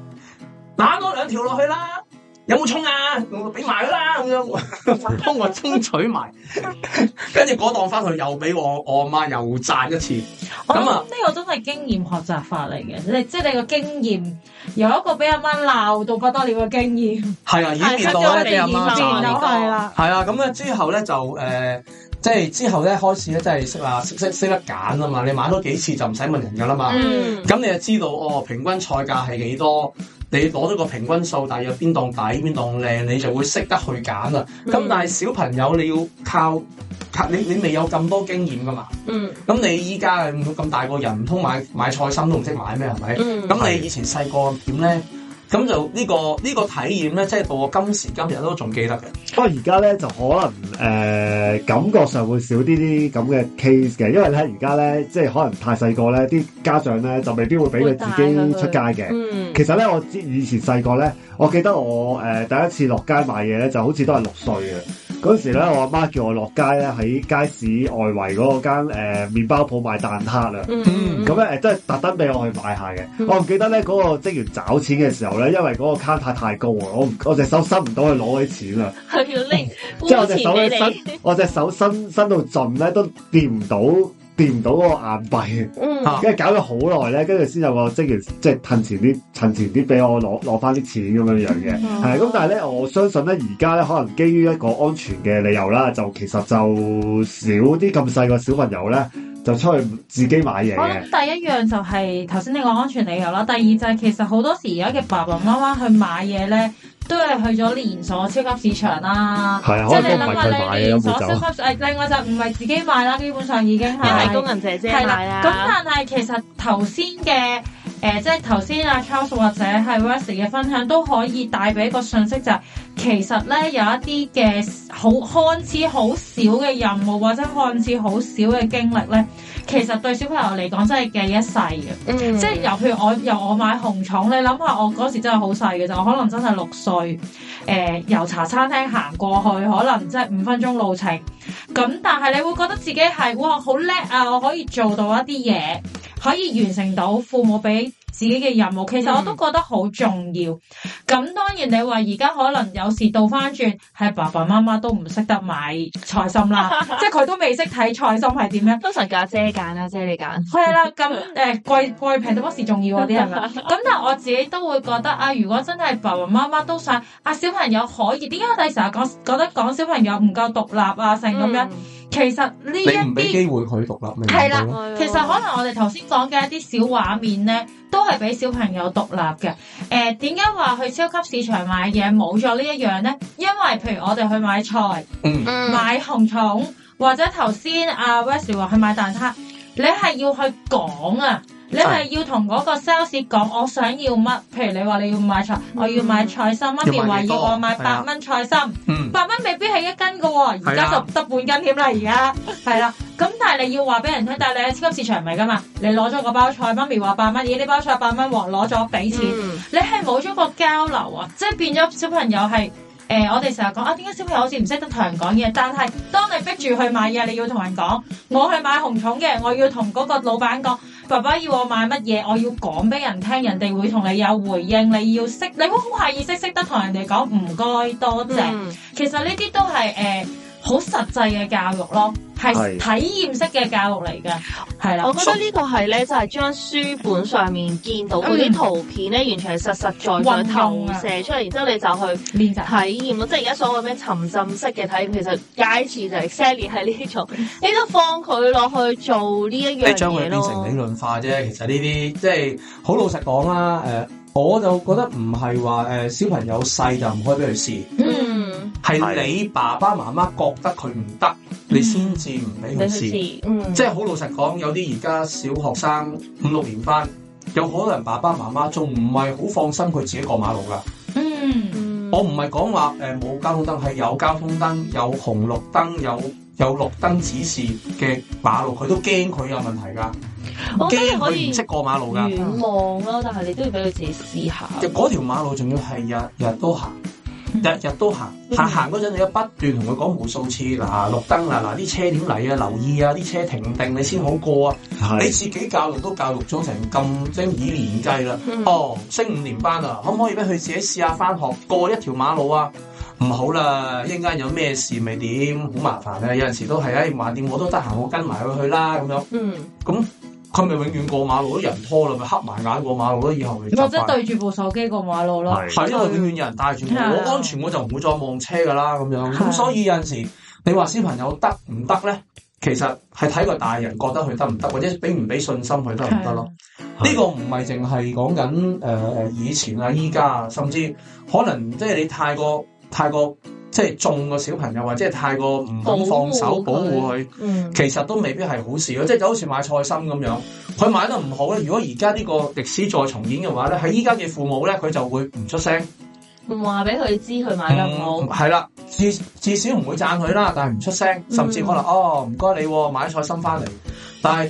Speaker 2: 揦多兩條落去啦，有冇葱啊？我俾埋佢啦咁樣， (laughs) 幫我爭取埋。跟住嗰檔翻去又俾我我阿媽又賺一次。
Speaker 3: 我諗
Speaker 2: 咁啊
Speaker 3: 呢個真係經驗學習法嚟嘅，你即係你個經驗由一個俾阿媽鬧到不得了嘅經驗，
Speaker 2: 係啊，已經變
Speaker 4: 跟住
Speaker 2: 到
Speaker 4: 我
Speaker 2: 咧
Speaker 4: 哋
Speaker 2: 俾阿媽
Speaker 4: 演變
Speaker 2: 賺
Speaker 4: 咗
Speaker 3: 就係啦。
Speaker 2: 係啊，咁咧之後咧就誒、呃即係之後咧開始咧，真係識啊，識識識得揀啊嘛！你買多幾次就唔使問人噶啦嘛。
Speaker 4: 嗯
Speaker 2: 咁、你就知道哦，平均菜價係幾多，你攞到個平均數，大約邊檔抵邊檔靚，你就會識得去揀啦。咁、
Speaker 4: 嗯
Speaker 2: 但係小朋友你要靠靠你你未有咁多經驗噶嘛？
Speaker 4: 嗯
Speaker 2: 咁你依家咁大個人，唔通買買菜心都唔識買咩？係咪？
Speaker 4: 嗯
Speaker 2: 咁你以前細個點咧？咁就呢、個呢、個體驗咧，即係到我今時今日都仲記得嘅。
Speaker 1: 不過而家咧就可能誒、呃感覺上會少啲啲咁嘅 case 嘅，因為咧而家咧即係可能太細個咧，啲家長咧就未必會俾佢自己出街嘅。
Speaker 4: 嗯
Speaker 1: 其實咧，我知以前細個咧，我記得我誒、呃第一次落街買嘢咧，就好似都係六歲嘅。嗰陣時咧，我阿媽叫我落街咧，喺街市外圍嗰間誒、呃、麵包鋪買蛋撻啊。
Speaker 4: 嗯
Speaker 1: 咁咧誒，真係特登俾我去買下嘅。
Speaker 4: 嗯
Speaker 1: 我唔記得咧嗰、個職員找錢嘅時候咧，因為嗰個 counter 太高啊，我唔我隻手伸唔到去攞啲錢啊。
Speaker 4: 係要拎
Speaker 1: 即係我隻手
Speaker 4: 俾
Speaker 1: 咧
Speaker 4: 你。
Speaker 1: 伸，我隻手伸伸到盡咧都掂唔到，掂唔到嗰個硬幣，
Speaker 4: 嗯
Speaker 2: 啊
Speaker 1: 跟住搞咗好耐咧，跟住先有個職員即係褪前啲，褪前啲俾我攞攞翻啲錢咁樣樣嘅，係咁。但係咧，我相信咧而家咧可能基於一個安全嘅理由啦，就其實就少啲咁細個小朋友咧就出去自己買嘢
Speaker 3: 我
Speaker 1: 嘅
Speaker 3: 諗，第一樣就係頭先你講安全理由啦，第二就係其實好多時而家嘅爸爸媽媽去買嘢咧，都係去咗連鎖超級市場啦。
Speaker 1: 係啊，
Speaker 3: 即
Speaker 1: 可
Speaker 3: 係
Speaker 1: 能
Speaker 3: 你
Speaker 1: 都唔
Speaker 3: 諗
Speaker 1: 係佢買嘅根本
Speaker 3: 下，你連鎖超
Speaker 1: 就。
Speaker 3: 級市，另外就唔係自己買啦，基本上已經
Speaker 4: 一係啊
Speaker 3: 係
Speaker 4: 工。人姐姐
Speaker 3: 係
Speaker 4: 買
Speaker 3: 啦，咁
Speaker 4: 啦。
Speaker 3: 但係其實頭先嘅誒，即係頭先阿 Charles 或者係 West 嘅分享都可以帶俾一個信息，就係、其實咧有一啲嘅好看似好少嘅任務或者看似好少嘅經歷咧，其實對小朋友嚟講真係記一世嘅。
Speaker 4: 嗯
Speaker 3: 即係由譬如我由我買紅廠，你諗下我嗰時真係好細嘅咋，我可能真係六歲，誒、由茶餐廳行過去，可能即係五分鐘路程。咁但係你會覺得自己係哇好叻啊！我可以做到一啲嘢，可以完成到父母俾自己嘅任務。其實我都覺得好重要。咁當然你話而家可能有時倒翻轉，係爸爸媽媽都唔識得買菜心啦，即係佢都未識睇菜心係點樣。
Speaker 4: 通常叫阿姐揀啦，姐你揀。
Speaker 3: 係啦，咁誒貴貴平到不時重要嗰啊啲係咪？咁但係我自己都會覺得啊，如果真係爸爸媽媽都
Speaker 4: Ừ. 嗯
Speaker 3: 想啊小朋友可以，點解我第時候講覺得講小朋友唔夠獨立啊成咁樣？其實呢一
Speaker 2: 你唔俾
Speaker 3: 啲
Speaker 2: 機會佢獨立，明唔明
Speaker 3: 係啦
Speaker 2: 白咯
Speaker 3: 其實可能我哋頭先講嘅一啲小畫面咧，都係俾小朋友獨立嘅。誒、點解話去超級市場買嘢冇咗呢一樣咧？因為譬如我哋去買菜、
Speaker 2: 嗯，
Speaker 4: 嗯
Speaker 3: 買紅蟲，或者頭先阿 Wesley 話去買蛋撻，你係要去講啊。你係要同嗰個 sales 講，我想要乜？譬如你話你要買菜，我要買菜心，媽
Speaker 2: 嗯
Speaker 3: 咪
Speaker 2: 要買
Speaker 3: 話
Speaker 2: 幾多
Speaker 3: 要我買
Speaker 2: 係
Speaker 3: 八
Speaker 2: 啊
Speaker 3: 蚊菜心。
Speaker 2: 嗯，
Speaker 3: 八蚊未必係一斤噶喎，而家
Speaker 2: 係啊
Speaker 3: 就得半斤添啦，而家係啦。咁但係你要話俾人聽，但係你喺超級市場唔係噶嘛，你攞咗個包菜，媽咪話八蚊，咦呢包菜八蚊喎，攞咗
Speaker 4: Ừ.
Speaker 3: 俾錢，
Speaker 4: 嗯
Speaker 3: 你係冇咗個交流啊，即係變咗小朋友係。誒、我哋成日講啊，點解小朋友好似唔識得同人講嘢？但係當你逼住去買嘢，你要同人講，我去買紅蟲嘅，我要同嗰個老闆講，爸爸要我買乜嘢，我要講俾人聽，人哋會同你有回應，你要識，你會好下意識識得同人哋講唔該多謝。
Speaker 4: 嗯
Speaker 3: 其實呢啲都係誒好實際嘅教育咯，係
Speaker 1: 係
Speaker 3: 體驗式嘅教育嚟嘅，係啦
Speaker 4: 我。覺得呢個係咧，就係將書本上面見到嗰啲圖片咧，完全係實實在在投射出嚟，然之後你就去
Speaker 3: 練習
Speaker 4: 體驗咯。即係而家所謂咩沉浸式嘅體驗，其實街市就係 Sally 係呢種，你都放佢落去做呢一樣
Speaker 2: 你將佢
Speaker 4: 嘢
Speaker 2: 變成理
Speaker 4: 咯。
Speaker 2: 論化啫。其實呢啲即係好老實講啦，誒、我就覺得唔係話誒小朋友細就唔可以俾佢試，
Speaker 3: 嗯，
Speaker 4: 嗯，
Speaker 2: 係
Speaker 1: 係
Speaker 2: 你爸爸媽媽覺得佢唔得，你先至唔俾
Speaker 4: 你
Speaker 2: 佢
Speaker 4: 去
Speaker 2: 試。
Speaker 4: 試，嗯，
Speaker 2: 即係好老實講，有啲而家小學生五六年班，有可能爸爸媽媽仲唔係好放心佢自己過馬路㗎。
Speaker 3: 嗯，
Speaker 4: 嗯
Speaker 2: 我唔係講話誒冇交通燈，係有交通燈、有紅綠燈、有有綠燈指示嘅馬路，佢都驚佢有問題㗎，
Speaker 4: 我覺得
Speaker 2: 驚
Speaker 4: 你可以
Speaker 2: 佢唔識過馬路㗎。
Speaker 4: 遠望咯，但係你都要俾佢自己試下。
Speaker 2: 嗰條馬路仲要係日日都行，日日都行，
Speaker 4: 嗯
Speaker 2: 行行嗰陣你不斷同佢講無數次嗱綠燈啦，嗱啲車點嚟啊，留意啊，啲車停定你先好過啊。你
Speaker 1: 係
Speaker 2: 自己教育都教育咗成咁精以年計啦。
Speaker 4: 嗯
Speaker 2: 哦，升五年班啦，可唔可以俾佢自己試下翻學過一條馬路啊？唔好啦，一陣間有咩事咪點，好麻煩啊！有陣時都係唉，橫掂我都得閒，我跟埋佢去啦咁樣。
Speaker 4: 嗯，
Speaker 2: 咁佢咪永遠過馬路，都人拖啦，咪黑埋眼過馬路咯。以後你
Speaker 3: 或
Speaker 4: 啊
Speaker 2: 習
Speaker 3: 者
Speaker 2: 慣
Speaker 3: 對住部手機過馬路咯，
Speaker 1: 係啊
Speaker 2: 係因為永遠有人帶住我，我安全我就唔會再望車噶啦咁樣。
Speaker 4: 係
Speaker 2: 咁所以有陣時你話小朋友得唔得咧？其實係睇個大人覺得佢得唔得，或者俾唔俾信心佢得唔得咯。
Speaker 1: 係
Speaker 2: 呢個唔係淨係講緊誒誒以前啊、依家啊，甚至可能即係你太過太過即係縱個小朋友，或者係太過唔肯放手
Speaker 4: 保
Speaker 2: 保
Speaker 4: 護
Speaker 2: 護
Speaker 4: 佢
Speaker 2: 佢。
Speaker 4: 嗯，
Speaker 2: 其實都未必係好事咯，即係就好似買菜心咁樣，佢買得唔好咧。如果而家呢個歷史再重演嘅話咧，喺依家嘅父母咧，佢就會唔出聲，
Speaker 4: 唔話俾佢知佢買得唔好
Speaker 2: 嗯。係啦，至至少唔會讚佢啦，但係唔出聲，
Speaker 4: 嗯
Speaker 2: 甚至可能、哦唔該你喎買菜心翻嚟，但係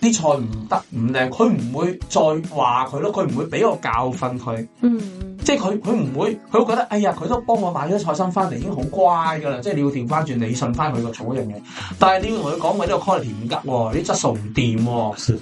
Speaker 2: 啲菜唔得唔靚，佢唔會再話佢咯，佢唔會俾個教訓佢，
Speaker 4: 嗯。
Speaker 2: 即係佢佢唔會，佢會覺得哎呀佢都幫我買咗菜心翻嚟已經好乖㗎啦，即係你要調翻轉你信翻佢個草樣嘢，但係你要同佢講喂呢個 quality 唔得喎，啲質素唔掂喎。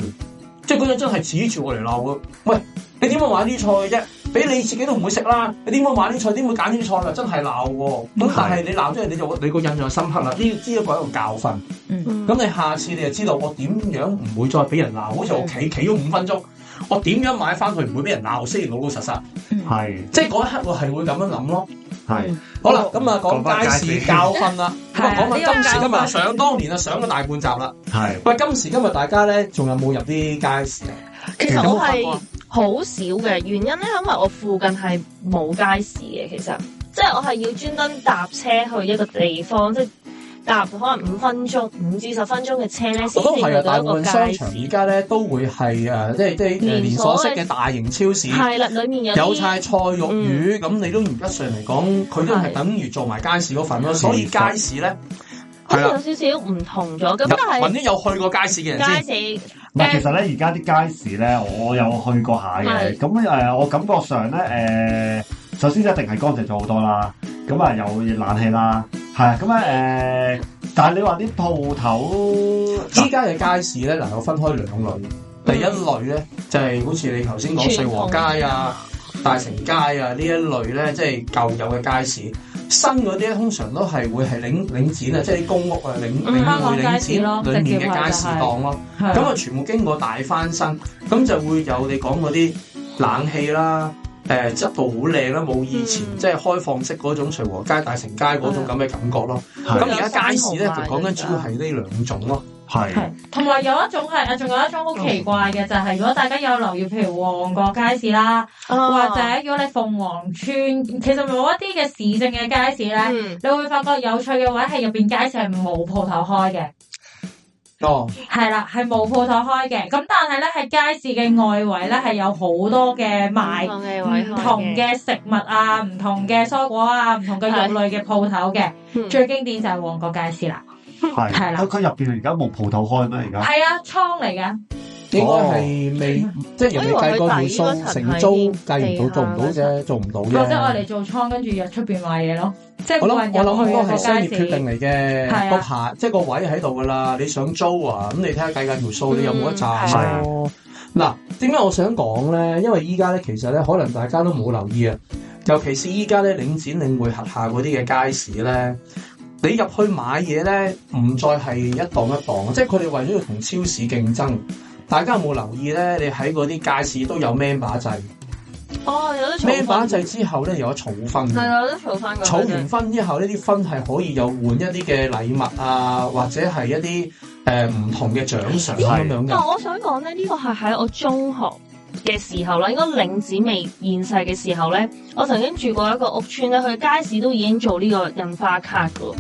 Speaker 2: 即係嗰種真係指住我嚟鬧嘅。喂，你點會買呢啲菜啫？俾你自己都唔會食啦。你點會買呢啲菜？點會揀呢啲菜啊？真係鬧喎。咁但係你鬧咗人，你就你個印象深刻啦。呢知一個一個教訓。
Speaker 4: 嗯
Speaker 2: 咁你下次你就知道我點樣唔會再俾人鬧。好似我企企咗五分鐘，我點樣買翻去唔會俾人鬧先？老老實實，
Speaker 1: 係
Speaker 2: 即係嗰一刻我係會咁樣諗咯。
Speaker 1: 係
Speaker 2: 好啦，咁啊
Speaker 1: 講翻
Speaker 2: 講街
Speaker 1: 街
Speaker 2: 市
Speaker 1: 市
Speaker 2: 教訓
Speaker 3: (laughs)
Speaker 2: 啦。咁啊
Speaker 3: 係啊
Speaker 2: 講翻
Speaker 3: 呢個
Speaker 2: 今時
Speaker 3: 教
Speaker 2: 今
Speaker 3: 訓
Speaker 2: 日想當年啊，上咗大半集啦。
Speaker 1: 係
Speaker 2: 喂，今時今日大家咧仲有冇入啲街市啊？
Speaker 4: 其實
Speaker 2: 有
Speaker 4: 我
Speaker 2: 冇發覺
Speaker 4: 係
Speaker 2: 啊
Speaker 4: 好少嘅，原因咧，因為我附近係冇街市嘅，其實即係我係要專登搭車去一個地方，即係搭可能五分鐘、五至十分鐘嘅車咧，
Speaker 2: 我
Speaker 4: 先
Speaker 2: 都
Speaker 4: 至
Speaker 2: 係
Speaker 4: 去
Speaker 2: 啊！
Speaker 4: 到
Speaker 2: 大
Speaker 4: 一
Speaker 2: 部
Speaker 4: 個
Speaker 2: 分商
Speaker 4: 街
Speaker 2: 場而
Speaker 4: 市。
Speaker 2: 家咧都會係誒、即係即係誒連鎖式嘅大型超市，
Speaker 4: 係啦，裡面有
Speaker 2: 有
Speaker 4: 啲嗯
Speaker 2: 晒菜肉魚，咁、你都而家上嚟講，佢都
Speaker 4: 係
Speaker 2: 係等於做埋街市嗰份咯。所以街市咧，
Speaker 4: 好
Speaker 2: 係啦，
Speaker 4: 似有少少唔同咗，啊咁
Speaker 2: 揾
Speaker 4: 但
Speaker 2: 啲有去過街市嘅人先。
Speaker 4: 係街市
Speaker 1: 唔係，其實咧而家啲街市咧，我有去過下
Speaker 4: 係
Speaker 1: 嘅。咁誒、呃我感覺上咧誒、呃首先一定係乾淨咗好多啦。咁啊，有冷氣啦，係啊。咁啊誒，呃但係你話啲鋪頭，啊
Speaker 2: 依家嘅街市咧，能夠分開兩類。第一類咧，就係、好似你頭先講
Speaker 4: 傳統
Speaker 2: 瑞和街啊、大成街啊呢一類咧，即係舊有嘅街市。新嗰啲咧，通常都係會係領領展啊，即係啲公屋啊、領
Speaker 4: 嗯
Speaker 2: 領
Speaker 3: 香港
Speaker 2: 匯、
Speaker 3: 街市咯
Speaker 2: 領展裏面
Speaker 3: 直接係
Speaker 2: 嘅街市檔咯。
Speaker 3: 係
Speaker 2: 咁啊，全部經過大翻身，咁就會有你講嗰啲冷氣啦、誒質素好靚啦，冇以前
Speaker 4: 嗯
Speaker 2: 即係開放式嗰種隨和街、大成街嗰
Speaker 3: 嗯
Speaker 2: 種咁嘅感覺咯。咁
Speaker 4: 有
Speaker 2: 而家街市咧就
Speaker 4: 生蠔賣
Speaker 2: 講緊主要係呢兩種咯。
Speaker 1: 係
Speaker 3: 係同埋有一種係啊，仲有一種好奇怪嘅就係、如果大家有留意，譬如旺角街市啦，哦或
Speaker 4: 或
Speaker 3: 者如果你鳳凰村，其實冇一啲嘅市政嘅街市咧，
Speaker 4: 嗯
Speaker 3: 你會發覺有趣嘅位係入邊街市係冇鋪頭開嘅。
Speaker 2: 哦，
Speaker 3: 係啦，係冇鋪頭開嘅，咁但係咧喺街市嘅外圍咧係有好多嘅賣
Speaker 4: 唔同嘅位
Speaker 3: 唔同嘅食物啊、唔同嘅蔬果啊、唔同嘅肉類嘅鋪頭嘅，最經典就係旺角街市啦。
Speaker 1: 係
Speaker 3: 係啦
Speaker 1: 佢入邊而家冇鋪頭開咩？而家
Speaker 3: 係啊，倉嚟嘅，
Speaker 2: 應該係未，即係人哋計過條
Speaker 4: 我以為
Speaker 2: 數，
Speaker 4: 佢
Speaker 2: 成租
Speaker 4: 底嗰層
Speaker 2: 計
Speaker 4: 係
Speaker 2: 唔到，做唔到
Speaker 4: 地
Speaker 2: 啫，做唔到
Speaker 3: 或者哦我
Speaker 2: 啫。
Speaker 3: 嚟做倉，跟住約出邊買嘢咯，即係
Speaker 2: 我諗
Speaker 3: 冇人
Speaker 2: 我諗
Speaker 3: 入去
Speaker 2: 嗰
Speaker 3: 嘅
Speaker 2: 個係商
Speaker 3: 個
Speaker 2: 業
Speaker 3: 街
Speaker 2: 決定
Speaker 3: 市。
Speaker 2: 嚟
Speaker 3: 係
Speaker 2: 嘅，
Speaker 3: 啊
Speaker 2: 個牌即係個位喺度噶啦，你想租啊？咁你睇下計計條數，你有冇得
Speaker 3: 啊
Speaker 2: 賺咯？嗱，點解我想講咧？因為依家咧，其實咧，可能大家都冇留意啊，尤其是依家咧，領展領匯轄下嗰啲嘅街市咧。你入去買嘢咧，唔再係一檔一檔，即係佢哋為咗要同超市競爭。大家有冇留意咧？你喺嗰啲街市都有 member 制
Speaker 4: 哦，有得儲分
Speaker 2: ，member 制之後咧有得儲分。
Speaker 4: 係啊有得儲翻
Speaker 2: 儲完分之後，呢啲分係可以有換一啲嘅禮物啊，或者係一啲誒唔同嘅獎賞咁樣
Speaker 4: 但
Speaker 2: 嘅。
Speaker 4: 我想講咧，呢、個係喺我中學嘅時候啦，應該領展未現世嘅時候咧，我曾經住過一個屋村咧，佢街市都已經做呢個印花卡噶喎，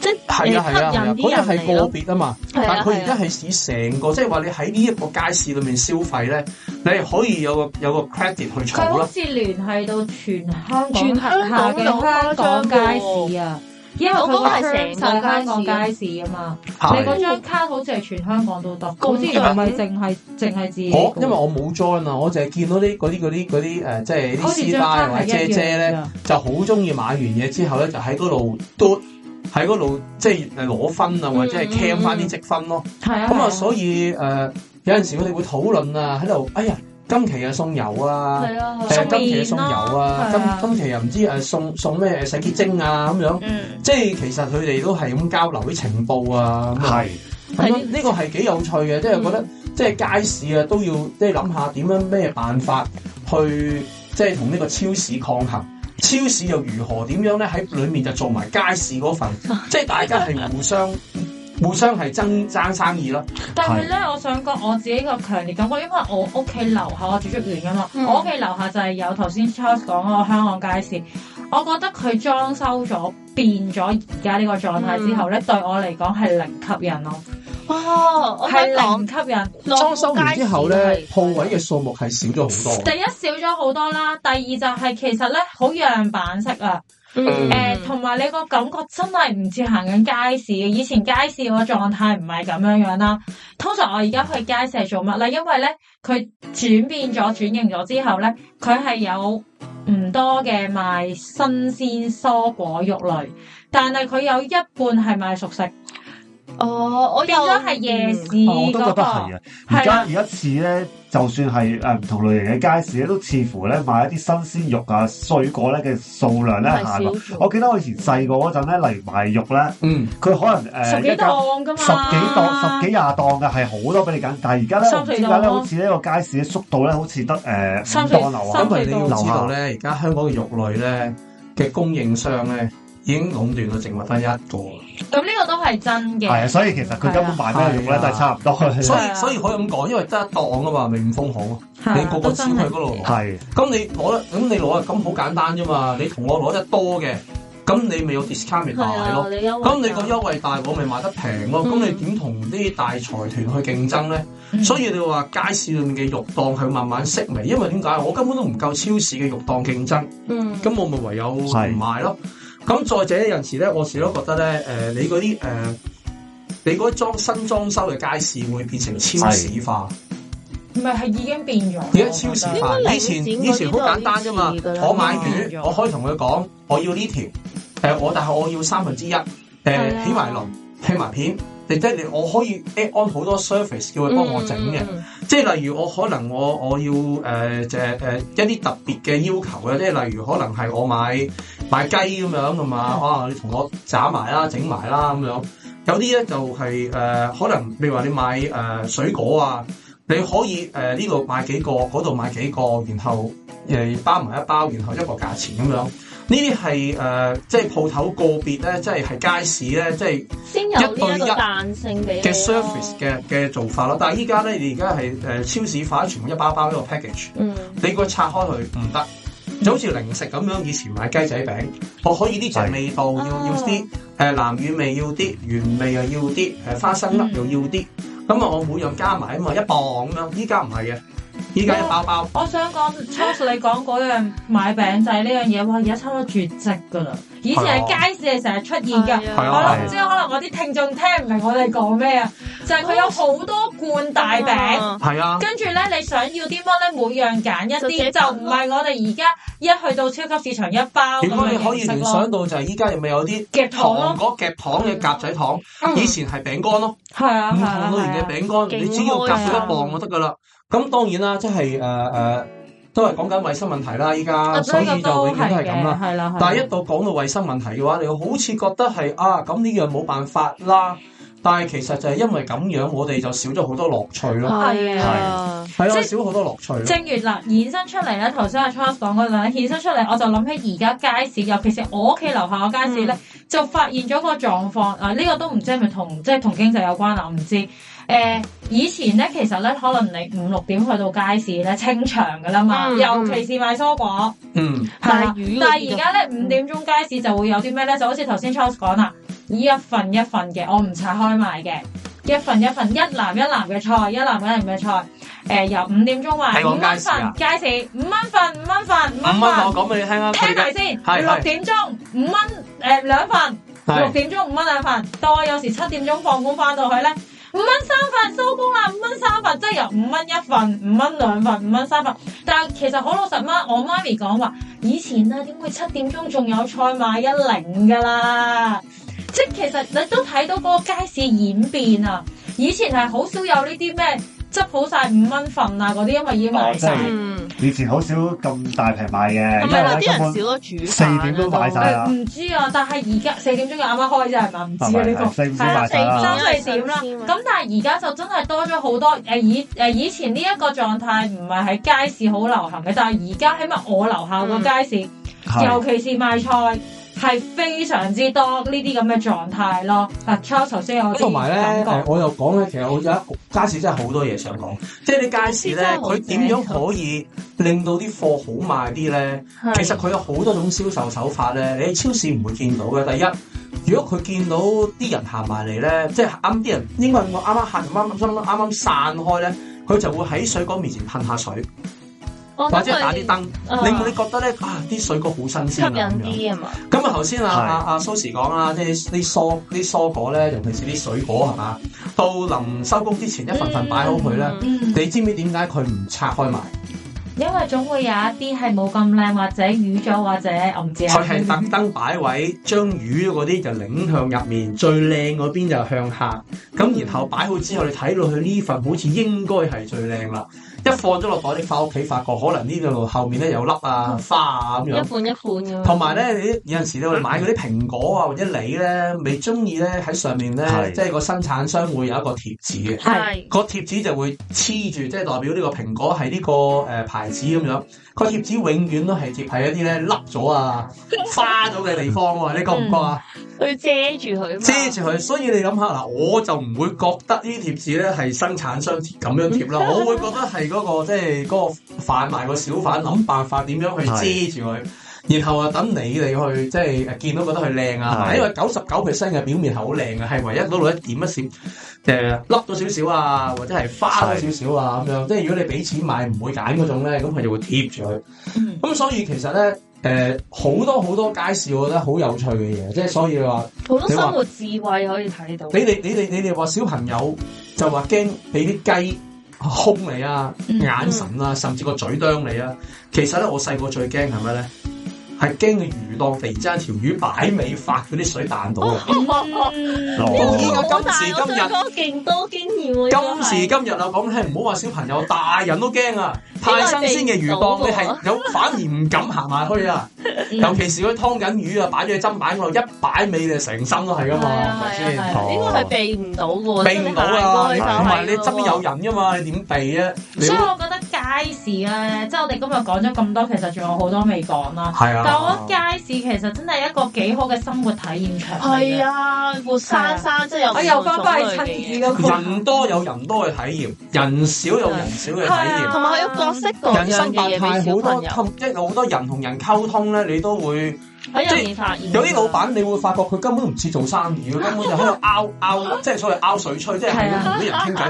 Speaker 4: 即係
Speaker 2: 係啊係啊係啊，
Speaker 4: 誒吸
Speaker 2: 嗰
Speaker 4: 引
Speaker 2: 日
Speaker 4: 啲人
Speaker 2: 係
Speaker 4: 嚟
Speaker 2: 個
Speaker 4: 咯。
Speaker 2: 別啊嘛，
Speaker 4: 係
Speaker 2: 但
Speaker 4: 啊
Speaker 2: 佢而
Speaker 4: 係
Speaker 2: 家
Speaker 4: 啊，
Speaker 2: 係使成個，即係話你喺呢一個街市裏面消費咧，你係可以有個有個 credit 去
Speaker 3: 佢
Speaker 2: 儲
Speaker 3: 好
Speaker 2: 啦。
Speaker 3: 似聯繫到全香港
Speaker 4: 全香港
Speaker 3: 轄下嘅香港街市啊，因為佢
Speaker 4: 我嗰個係
Speaker 3: 個
Speaker 4: 成個
Speaker 3: 香港
Speaker 4: 街
Speaker 3: 街市啊嘛。你
Speaker 2: 係
Speaker 3: 嗰張卡好似係全香港都得，
Speaker 4: 咁
Speaker 3: 好似唔係淨係淨係自己
Speaker 2: 我
Speaker 3: 嘅。
Speaker 2: 哦因為我冇 join 啊，我就係見到啲嗰啲嗰啲嗰啲誒，即係
Speaker 3: 好
Speaker 2: 啲
Speaker 3: 似
Speaker 2: 師
Speaker 3: 張
Speaker 2: 奶啊
Speaker 3: 卡
Speaker 2: 或
Speaker 3: 係
Speaker 2: 者
Speaker 3: 一樣
Speaker 2: 姐姐咧。
Speaker 3: 㗎
Speaker 2: 就好中意買完嘢之後咧，就喺嗰度嘟，喺嗰度即係攞分啊，或者係
Speaker 4: 嗯
Speaker 2: cam 翻啲積分咯。
Speaker 3: 係啊，
Speaker 2: 咁啊，
Speaker 3: 係
Speaker 2: 所以誒、呃有陣時我哋會討論啊，喺度，哎呀，今期嘅送油啊，
Speaker 4: 係啊，
Speaker 2: 誒、
Speaker 4: 係啊
Speaker 3: 送
Speaker 2: 今期嘅
Speaker 3: 麵
Speaker 2: 送油
Speaker 3: 啦
Speaker 2: 啊，
Speaker 3: 係啊
Speaker 2: 今今期又唔知誒送送咩洗潔精啊咁樣，
Speaker 3: 嗯，
Speaker 2: 即係其實佢哋都係咁交流啲情報啊，咁啊
Speaker 1: 係
Speaker 2: 咁樣呢個係幾有趣嘅，即係覺得即係街市啊都要即係諗下點樣咩辦法去即係同呢個超市抗衡。超市又如何點樣咧？喺裏面就做埋街市嗰份，即係大家係互相互相係爭爭生意咯。
Speaker 3: 但係咧，我想講我自己個強烈感覺，因為我屋企樓下我住竹園噶嘛，
Speaker 4: 嗯
Speaker 3: 我屋企樓下就係有頭先 Charles 講嗰個香港街市，我覺得佢裝修咗變咗而家呢個狀態之
Speaker 4: 嗯
Speaker 3: 後咧，對我嚟講係零吸引咯，
Speaker 4: 哇！我想
Speaker 2: 嗯
Speaker 3: 係
Speaker 4: 講
Speaker 3: 零吸引。
Speaker 4: 嗯
Speaker 2: 裝修完之後
Speaker 4: 落
Speaker 2: 咧
Speaker 4: 街，市
Speaker 2: 鋪位嘅數目係少咗好多。
Speaker 3: 第一少咗好多啦，第二就係其實咧好樣板式啊。
Speaker 4: 嗯
Speaker 3: 誒，同埋你個感覺真係唔似行緊街市嘅，以前街市個狀態唔係咁樣樣啦。通常我而家去街市係做乜咧？因為咧佢轉變咗、轉型咗之後咧，佢係有唔多嘅賣新鮮蔬果肉類，但係佢有一半係賣熟食，
Speaker 4: 哦，我
Speaker 3: 變
Speaker 4: 又
Speaker 3: 咗係夜市
Speaker 1: 啊我
Speaker 3: 哦嗰
Speaker 1: 都覺得
Speaker 3: 個
Speaker 1: 係。嘅。而家
Speaker 3: 係啊
Speaker 1: 而家似咧，就算係誒唔同類型嘅街市咧，都似乎咧買一啲新鮮肉啊、水果咧嘅數量咧下落
Speaker 4: 係。少
Speaker 2: 哦
Speaker 4: 咗
Speaker 1: 我記得我以前細個嗰陣咧，例如賣肉咧，
Speaker 2: 嗯，
Speaker 1: 佢可能誒
Speaker 3: 十幾
Speaker 1: 一間
Speaker 3: 檔㗎嘛，
Speaker 1: 十幾檔、十幾廿檔嘅係好多俾你揀，但係而家咧，我唔知點解咧，好似呢個街市嘅縮到咧，好似得誒
Speaker 3: 三
Speaker 1: 五
Speaker 3: 歲
Speaker 1: 檔樓
Speaker 2: 因
Speaker 1: 啊
Speaker 3: 三，
Speaker 2: 為
Speaker 3: 歲
Speaker 2: 你要
Speaker 1: 樓
Speaker 2: 知道
Speaker 1: 下
Speaker 2: 咧，而家香港嘅肉類咧嘅供應商咧已經壟斷到淨係得一個。
Speaker 3: 咁呢個都係真
Speaker 1: 係啊，
Speaker 3: 嘅。
Speaker 1: 所以其實佢根本賣咩肉
Speaker 2: 係
Speaker 1: 咧
Speaker 2: 啊
Speaker 1: 都係差唔多嘅。
Speaker 2: 所
Speaker 3: 係
Speaker 2: 以
Speaker 3: 啊
Speaker 2: 所以可以咁講，因為得一檔啊嘛，咪唔封行咯。
Speaker 3: 係啊
Speaker 2: 你個個
Speaker 3: 都
Speaker 2: 只
Speaker 3: 真
Speaker 2: 去
Speaker 3: 係
Speaker 2: 嗰度攞，
Speaker 1: 係
Speaker 2: 咁你攞得，咁你攞啊，咁好簡單啫嘛。你同我攞得多嘅，咁你咪有 discount 咪
Speaker 4: 係
Speaker 2: 大
Speaker 4: 啊，
Speaker 2: 咯。
Speaker 4: 你優惠
Speaker 2: 咁你個優惠大，我咪賣得平咯。咁
Speaker 4: 嗯
Speaker 2: 你點同啲大財團去競爭咧？
Speaker 3: 嗯
Speaker 2: 所以你話街市裏面嘅肉檔係慢慢式微，因為點解？我根本都唔夠超市嘅肉檔競爭。
Speaker 4: 嗯
Speaker 2: 咁我咪唯有唔
Speaker 1: 係
Speaker 2: 買咯。咁再者有陣時咧，我時都覺得咧，誒、你嗰啲誒，你嗰啲裝新裝修嘅街市會變成超市化。
Speaker 3: 嗯唔係係已經變咗。
Speaker 2: 而家超市化
Speaker 4: 應，該
Speaker 2: 啊以前
Speaker 4: 領展嗰啲
Speaker 2: 以前好簡單啫嘛
Speaker 4: 都有啲似㗎。啦
Speaker 2: 我買
Speaker 3: 嗯
Speaker 4: 啊
Speaker 2: 魚，我可以同佢講，我要呢條，誒、我但係我要三分之一，誒、
Speaker 4: 係啊
Speaker 2: 起埋輪，起埋片。你即係你，我可以 add on 好多 service 叫佢幫我整嘅，，
Speaker 4: 嗯
Speaker 2: 即係例如我可能我我要誒就係誒一啲特別嘅要求啊嘅，即係例如可能係我買買雞咁樣噶嘛，啊你同我斬埋啦、整埋呃啦咁樣。有啲咧就係、誒、可能譬如話你買誒、水果啊，你可以誒呢度買幾個，嗰度買幾個，然後誒包埋一包，然後一個價錢咁樣。呢啲係誒即係鋪頭個別咧，即係係街市咧，即係。
Speaker 4: 先有呢一個彈性俾你咯
Speaker 2: 嘅 service 嘅嘅做法啦。但係依家咧，你而家係誒超市化，全部一包包一個 package，
Speaker 4: 嗯，
Speaker 2: 你個拆開佢唔得，就好似零食咁樣。以前買雞仔餅，我可以呢隻味道要
Speaker 4: 哦
Speaker 2: 要啲，誒南乳味要啲，原味又要啲，誒花生粒又要啲。咁啊，我每樣加埋啊嘛，一磅咁樣。依家唔係嘅，依家一包包。
Speaker 3: 我想講 Charles 你講嗰樣買餅仔呢樣嘢，哇！而家差唔多絕跡㗎啦，以前喺街市係成日出現㗎。
Speaker 4: 係
Speaker 2: 啊係
Speaker 3: 我
Speaker 2: 啊
Speaker 3: 諗唔知可能我啲聽眾聽唔明我哋講咩啊，就係佢有好多罐大餅。
Speaker 4: 啊
Speaker 2: 係啊，
Speaker 3: 跟住咧，你想要啲乜咧？每樣揀一
Speaker 4: 就自己
Speaker 3: 啲，
Speaker 4: 揀
Speaker 3: 就唔係我哋而家一去到超級市場一包咁
Speaker 2: 點解
Speaker 3: 嘅
Speaker 2: 你可以
Speaker 3: 形式
Speaker 2: 聯
Speaker 3: 咯，
Speaker 2: 想到就係依家有咪有啲
Speaker 3: 夾糖
Speaker 2: 糖
Speaker 3: 咯，
Speaker 2: 果夾糖嘅夾仔糖？以前係餅乾咯。
Speaker 3: 係啊
Speaker 2: 唔
Speaker 3: 係啊
Speaker 2: 同類型嘅
Speaker 3: 係啊，
Speaker 2: 餅乾，
Speaker 4: 勁
Speaker 2: 你只要夾到一磅就得噶啦。咁當然啦，即係誒誒，都係講緊衞生問題啦。依家所以就
Speaker 3: 呢
Speaker 2: 永
Speaker 3: 個都
Speaker 2: 啊遠都係
Speaker 3: 嘅
Speaker 2: 咁啦。
Speaker 3: 啊係啦，
Speaker 2: 但係一到講到衞生問題嘅話，你好似覺得係啊，咁呢樣冇辦法啦。但係其實就係因為咁樣，我哋就少咗好多樂趣咯。
Speaker 4: 係啊，
Speaker 2: 係
Speaker 3: 即
Speaker 2: 啊，
Speaker 3: 係
Speaker 2: 少咗好多樂趣咯。
Speaker 3: 正如嗱，衍生出嚟咧，啊頭先阿 Charles 講嗰兩，衍生出嚟，我就諗起而家街市，尤其是我屋企樓下嘅街市咧，就發現咗個狀況。啊，呢、個都唔知係咪同即係同經濟有關啦，啊我唔知。誒、以前咧，其實咧，可能你五六點去到街市咧，清場噶啦嘛，
Speaker 4: 嗯
Speaker 3: 尤其是買蔬果。
Speaker 2: 嗯，
Speaker 3: 係啦
Speaker 4: 賣魚嗰啲
Speaker 3: 但係而家咧
Speaker 4: 就
Speaker 3: 五點鐘街市就會有啲咩咧？就好似頭先 Charles 講啦，以一份一份嘅，我唔拆開賣嘅，一份一份一籃一籃嘅菜，一籃一籃嘅菜。誒、由五點鐘
Speaker 2: 係
Speaker 3: 賣
Speaker 2: 講
Speaker 3: 五蚊
Speaker 2: 街市啊
Speaker 3: 份街市，五蚊份五蚊份五
Speaker 2: 五蚊
Speaker 3: 蚊
Speaker 2: 我
Speaker 3: 份，
Speaker 2: 講俾你聽啊，佢
Speaker 3: 聽
Speaker 2: 嘅
Speaker 3: 埋先。
Speaker 2: 係
Speaker 3: 六
Speaker 2: 係
Speaker 3: 點鐘五蚊誒兩份，六
Speaker 2: 係
Speaker 3: 點鐘五蚊兩份，到我有時七點鐘放工翻到去咧。五蚊三份收工啦，五蚊三份，即係由五蚊一份、五蚊兩份、五蚊三份。但係其實好老實媽，我媽咪講話，以前啊點會七點鐘仲有菜賣一零㗎啦？即係其實你都睇到嗰個街市演變啊！以前係好少有呢啲咩執好晒五蚊份啊嗰啲，因為已經賣晒。
Speaker 1: 哦即係
Speaker 4: 嗯，
Speaker 1: 以前好少咁大平賣嘅，
Speaker 4: 係
Speaker 1: 因
Speaker 4: 咪啦？
Speaker 1: 為
Speaker 4: 啲
Speaker 1: 咧
Speaker 4: 人
Speaker 1: 根本
Speaker 4: 少咗煮飯
Speaker 1: 四點都買晒啦
Speaker 3: 誒唔知啊，但係而家四點鐘又啱啱開啫，係嘛？唔知啊呢
Speaker 1: 係
Speaker 3: 個。
Speaker 1: 四五
Speaker 3: 係
Speaker 1: 點
Speaker 3: 啊
Speaker 1: 賣晒啦
Speaker 4: 四，
Speaker 3: 三四點啦，咁但係而家就真係多咗好多誒以誒以前呢一個狀態唔係喺街市好流行嘅，但係而家起碼我樓下個街市，
Speaker 1: 係
Speaker 3: 尤其是賣菜係非常之多呢啲咁嘅狀態咯。嗱，Charles 頭先有
Speaker 2: 同埋咧，誒
Speaker 3: 感覺，
Speaker 2: 我又講咧，其實我有一街市真係好多嘢想講，即係你街市
Speaker 4: 街市
Speaker 2: 咧，
Speaker 4: 真係好
Speaker 2: 佢點樣可以令到啲貨好賣啲咧？其實佢有好多種銷售手法咧，你喺超市唔會見到嘅。第一，如果佢見到啲人行埋嚟咧，即係啱啲人應該係我啱啱行啱啱啱啱散開咧，佢就會喺水果面前噴下水，或者打啲燈，令到你覺得咧啊啲水果好新
Speaker 4: 吸
Speaker 2: 鮮
Speaker 4: 引
Speaker 2: 啊咁樣。
Speaker 4: 啲啊嘛，
Speaker 2: 咁啊，頭先啊
Speaker 1: 係
Speaker 2: 啊啊蘇時講啦，即係啲蔬啲蔬果咧，尤其是啲水果係嘛，到臨收工之前一份份擺好佢咧。
Speaker 3: 嗯，
Speaker 2: 你知唔知點解佢唔拆開賣？
Speaker 3: 因為總會有一啲係冇咁靚或者淤咗或者我唔知啊
Speaker 2: 佢，係特登擺位，將魚嗰啲就擰向入面，最靚嗰邊就向下。咁然後擺好之後，你睇到佢呢份好似應該係最靚啦。一放咗落袋，你翻屋企發覺可能呢度後面咧有粒啊花啊咁
Speaker 4: 一
Speaker 2: 樣。
Speaker 4: 半一半咁樣。
Speaker 2: 同埋咧，你有陣時你會買嗰啲蘋果啊或者梨咧，你中意咧喺上面咧，
Speaker 1: 係
Speaker 2: 即係個生產商會有一個貼紙嘅，
Speaker 4: 係
Speaker 2: 個貼紙就會黐住，即係代表呢個蘋果係呢個誒牌子咁樣。個貼紙永遠都係貼喺一啲咧凹咗啊、花咗嘅地方喎，你覺唔覺啊？
Speaker 4: 佢遮住啊佢嘛，
Speaker 2: 遮住佢，所以你諗下嗱，我就唔會覺得呢啲貼紙咧係生產商貼咁樣貼啦，我會覺得係嗰、個即係嗰個販賣個小販諗辦法點樣去遮住佢。然後啊，等你哋去即係誒見到覺得佢靚啊，
Speaker 1: 係
Speaker 2: 因為九十九 percent 嘅表面係好靚啊嘅，係唯一嗰度一點一閃誒凹咗少少啊，或者係花咗少少啊咁樣。即係如果你俾錢買唔會揀嗰種咧，咁佢就會貼住佢。
Speaker 3: 嗯
Speaker 2: 咁所以其實咧誒好多好多街市，我覺得好有趣嘅嘢，即係所以話。
Speaker 4: 好多生活智慧可以睇到。
Speaker 2: 你哋你哋你哋話小朋友就話驚俾啲雞兇你啊、
Speaker 3: 嗯
Speaker 2: 眼神啊，甚至個嘴啄你啊。其實咧，我細個最驚係咩咧？係驚魚檔突然之間條魚擺尾發嗰啲水彈到
Speaker 4: 哦
Speaker 2: 啊！
Speaker 4: 嗯
Speaker 1: 哦
Speaker 4: 呢
Speaker 2: 依家
Speaker 4: 個好
Speaker 2: 今
Speaker 4: 大，
Speaker 2: 時
Speaker 4: 我
Speaker 2: 今
Speaker 4: 想
Speaker 2: 日。
Speaker 4: 講勁多經驗喎。
Speaker 2: 今時
Speaker 4: 時
Speaker 2: 今日啊，講聽唔好話小朋友，大人都驚啊！太新鮮嘅魚檔，你係有反而唔敢行埋去
Speaker 4: (laughs)
Speaker 2: 啊！
Speaker 4: 嗯
Speaker 2: 尤其是佢劏緊魚啊，擺咗喺砧板嗰度，一擺尾就成身都係噶
Speaker 4: 係
Speaker 2: 嘛，係
Speaker 4: 啊
Speaker 2: 咪
Speaker 4: 係啊
Speaker 2: 先？
Speaker 4: 係啊，應該係避唔到嘅喎，
Speaker 2: 避唔到啊！
Speaker 4: 真係
Speaker 2: 同埋
Speaker 4: 行過去
Speaker 2: 你
Speaker 4: 就係
Speaker 2: 側邊有
Speaker 4: 喎
Speaker 2: 人噶嘛，你點避啊？你
Speaker 3: 所以我覺得街市咧，即係我哋今日講咗咁多，其實仲有好多未講啦。
Speaker 2: 係
Speaker 1: 哦
Speaker 3: 但我
Speaker 2: 啊
Speaker 3: 覺。得街市其實真係一個幾好嘅生活體驗場嚟嘅。哎
Speaker 4: 係啊，活生生即係有
Speaker 3: 我又
Speaker 2: 哎
Speaker 3: 翻返去
Speaker 4: 唔同種類
Speaker 3: 親
Speaker 4: 嘅嘢
Speaker 3: 子嗰
Speaker 1: 啊
Speaker 3: 個
Speaker 2: 人多有人多嘅體驗，人少有人少嘅體驗。
Speaker 4: 同埋佢有各式啊各
Speaker 2: 人
Speaker 4: 樣
Speaker 2: 啊生百
Speaker 4: 嘅嘢
Speaker 2: 態
Speaker 4: 俾小
Speaker 2: 好
Speaker 4: 朋
Speaker 2: 多
Speaker 4: 友
Speaker 2: 溝，即係有好多人同人溝通咧，你都會。
Speaker 4: 喺入面發現。
Speaker 2: 有啲老闆啊你會發覺佢根本都唔似做生意，
Speaker 4: (laughs)
Speaker 2: 佢根本就喺度拗拗，即係所謂拗水吹，即係
Speaker 4: 啊
Speaker 2: 係咁同啲人傾偈。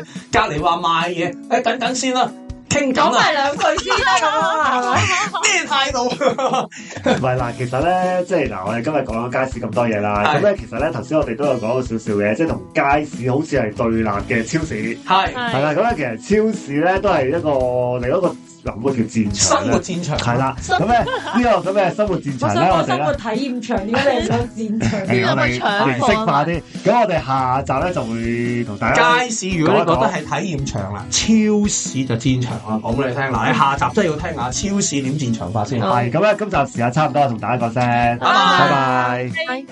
Speaker 2: 隔離話賣嘢，誒、等等先啦，傾緊
Speaker 3: 講
Speaker 2: 啊，
Speaker 3: 埋兩句先啦，咁啊，
Speaker 1: (laughs)
Speaker 3: 係咪？
Speaker 2: 咩態度？
Speaker 1: 唔係嗱，其實咧，即係嗱，我哋今日講咗街市咁多嘢啦，
Speaker 2: 係
Speaker 1: 咁咧其實咧，頭先我哋都有講過少少嘅，即係同街市好似係對立嘅超市，
Speaker 2: 係
Speaker 1: 係啦，
Speaker 4: 係
Speaker 1: 咁咧其實超市咧都係一個另一個嗱，嗰叫戰場啊
Speaker 2: 生活
Speaker 1: 啦，
Speaker 2: 戰場，啊
Speaker 1: 係啦，咁咧呢個咁嘅生活戰
Speaker 3: 我
Speaker 1: 場
Speaker 3: 想
Speaker 1: 咧，我
Speaker 3: 講
Speaker 1: 哋
Speaker 3: 生
Speaker 1: 咧
Speaker 3: 活。體驗場，點解你想戰場？
Speaker 1: 誒，我哋
Speaker 4: 呢個咪搶
Speaker 1: 形式化啲，咁我哋下集咧就會同大家
Speaker 2: 街市如果你覺得係體驗場啦，超市就戰場啦。講俾你聽嗱，你下集真係要聽下超市點戰場法先。
Speaker 4: 好
Speaker 1: 係咁咧，今集時間差唔多，同大家講聲，拜
Speaker 4: 拜
Speaker 1: 拜。
Speaker 4: 係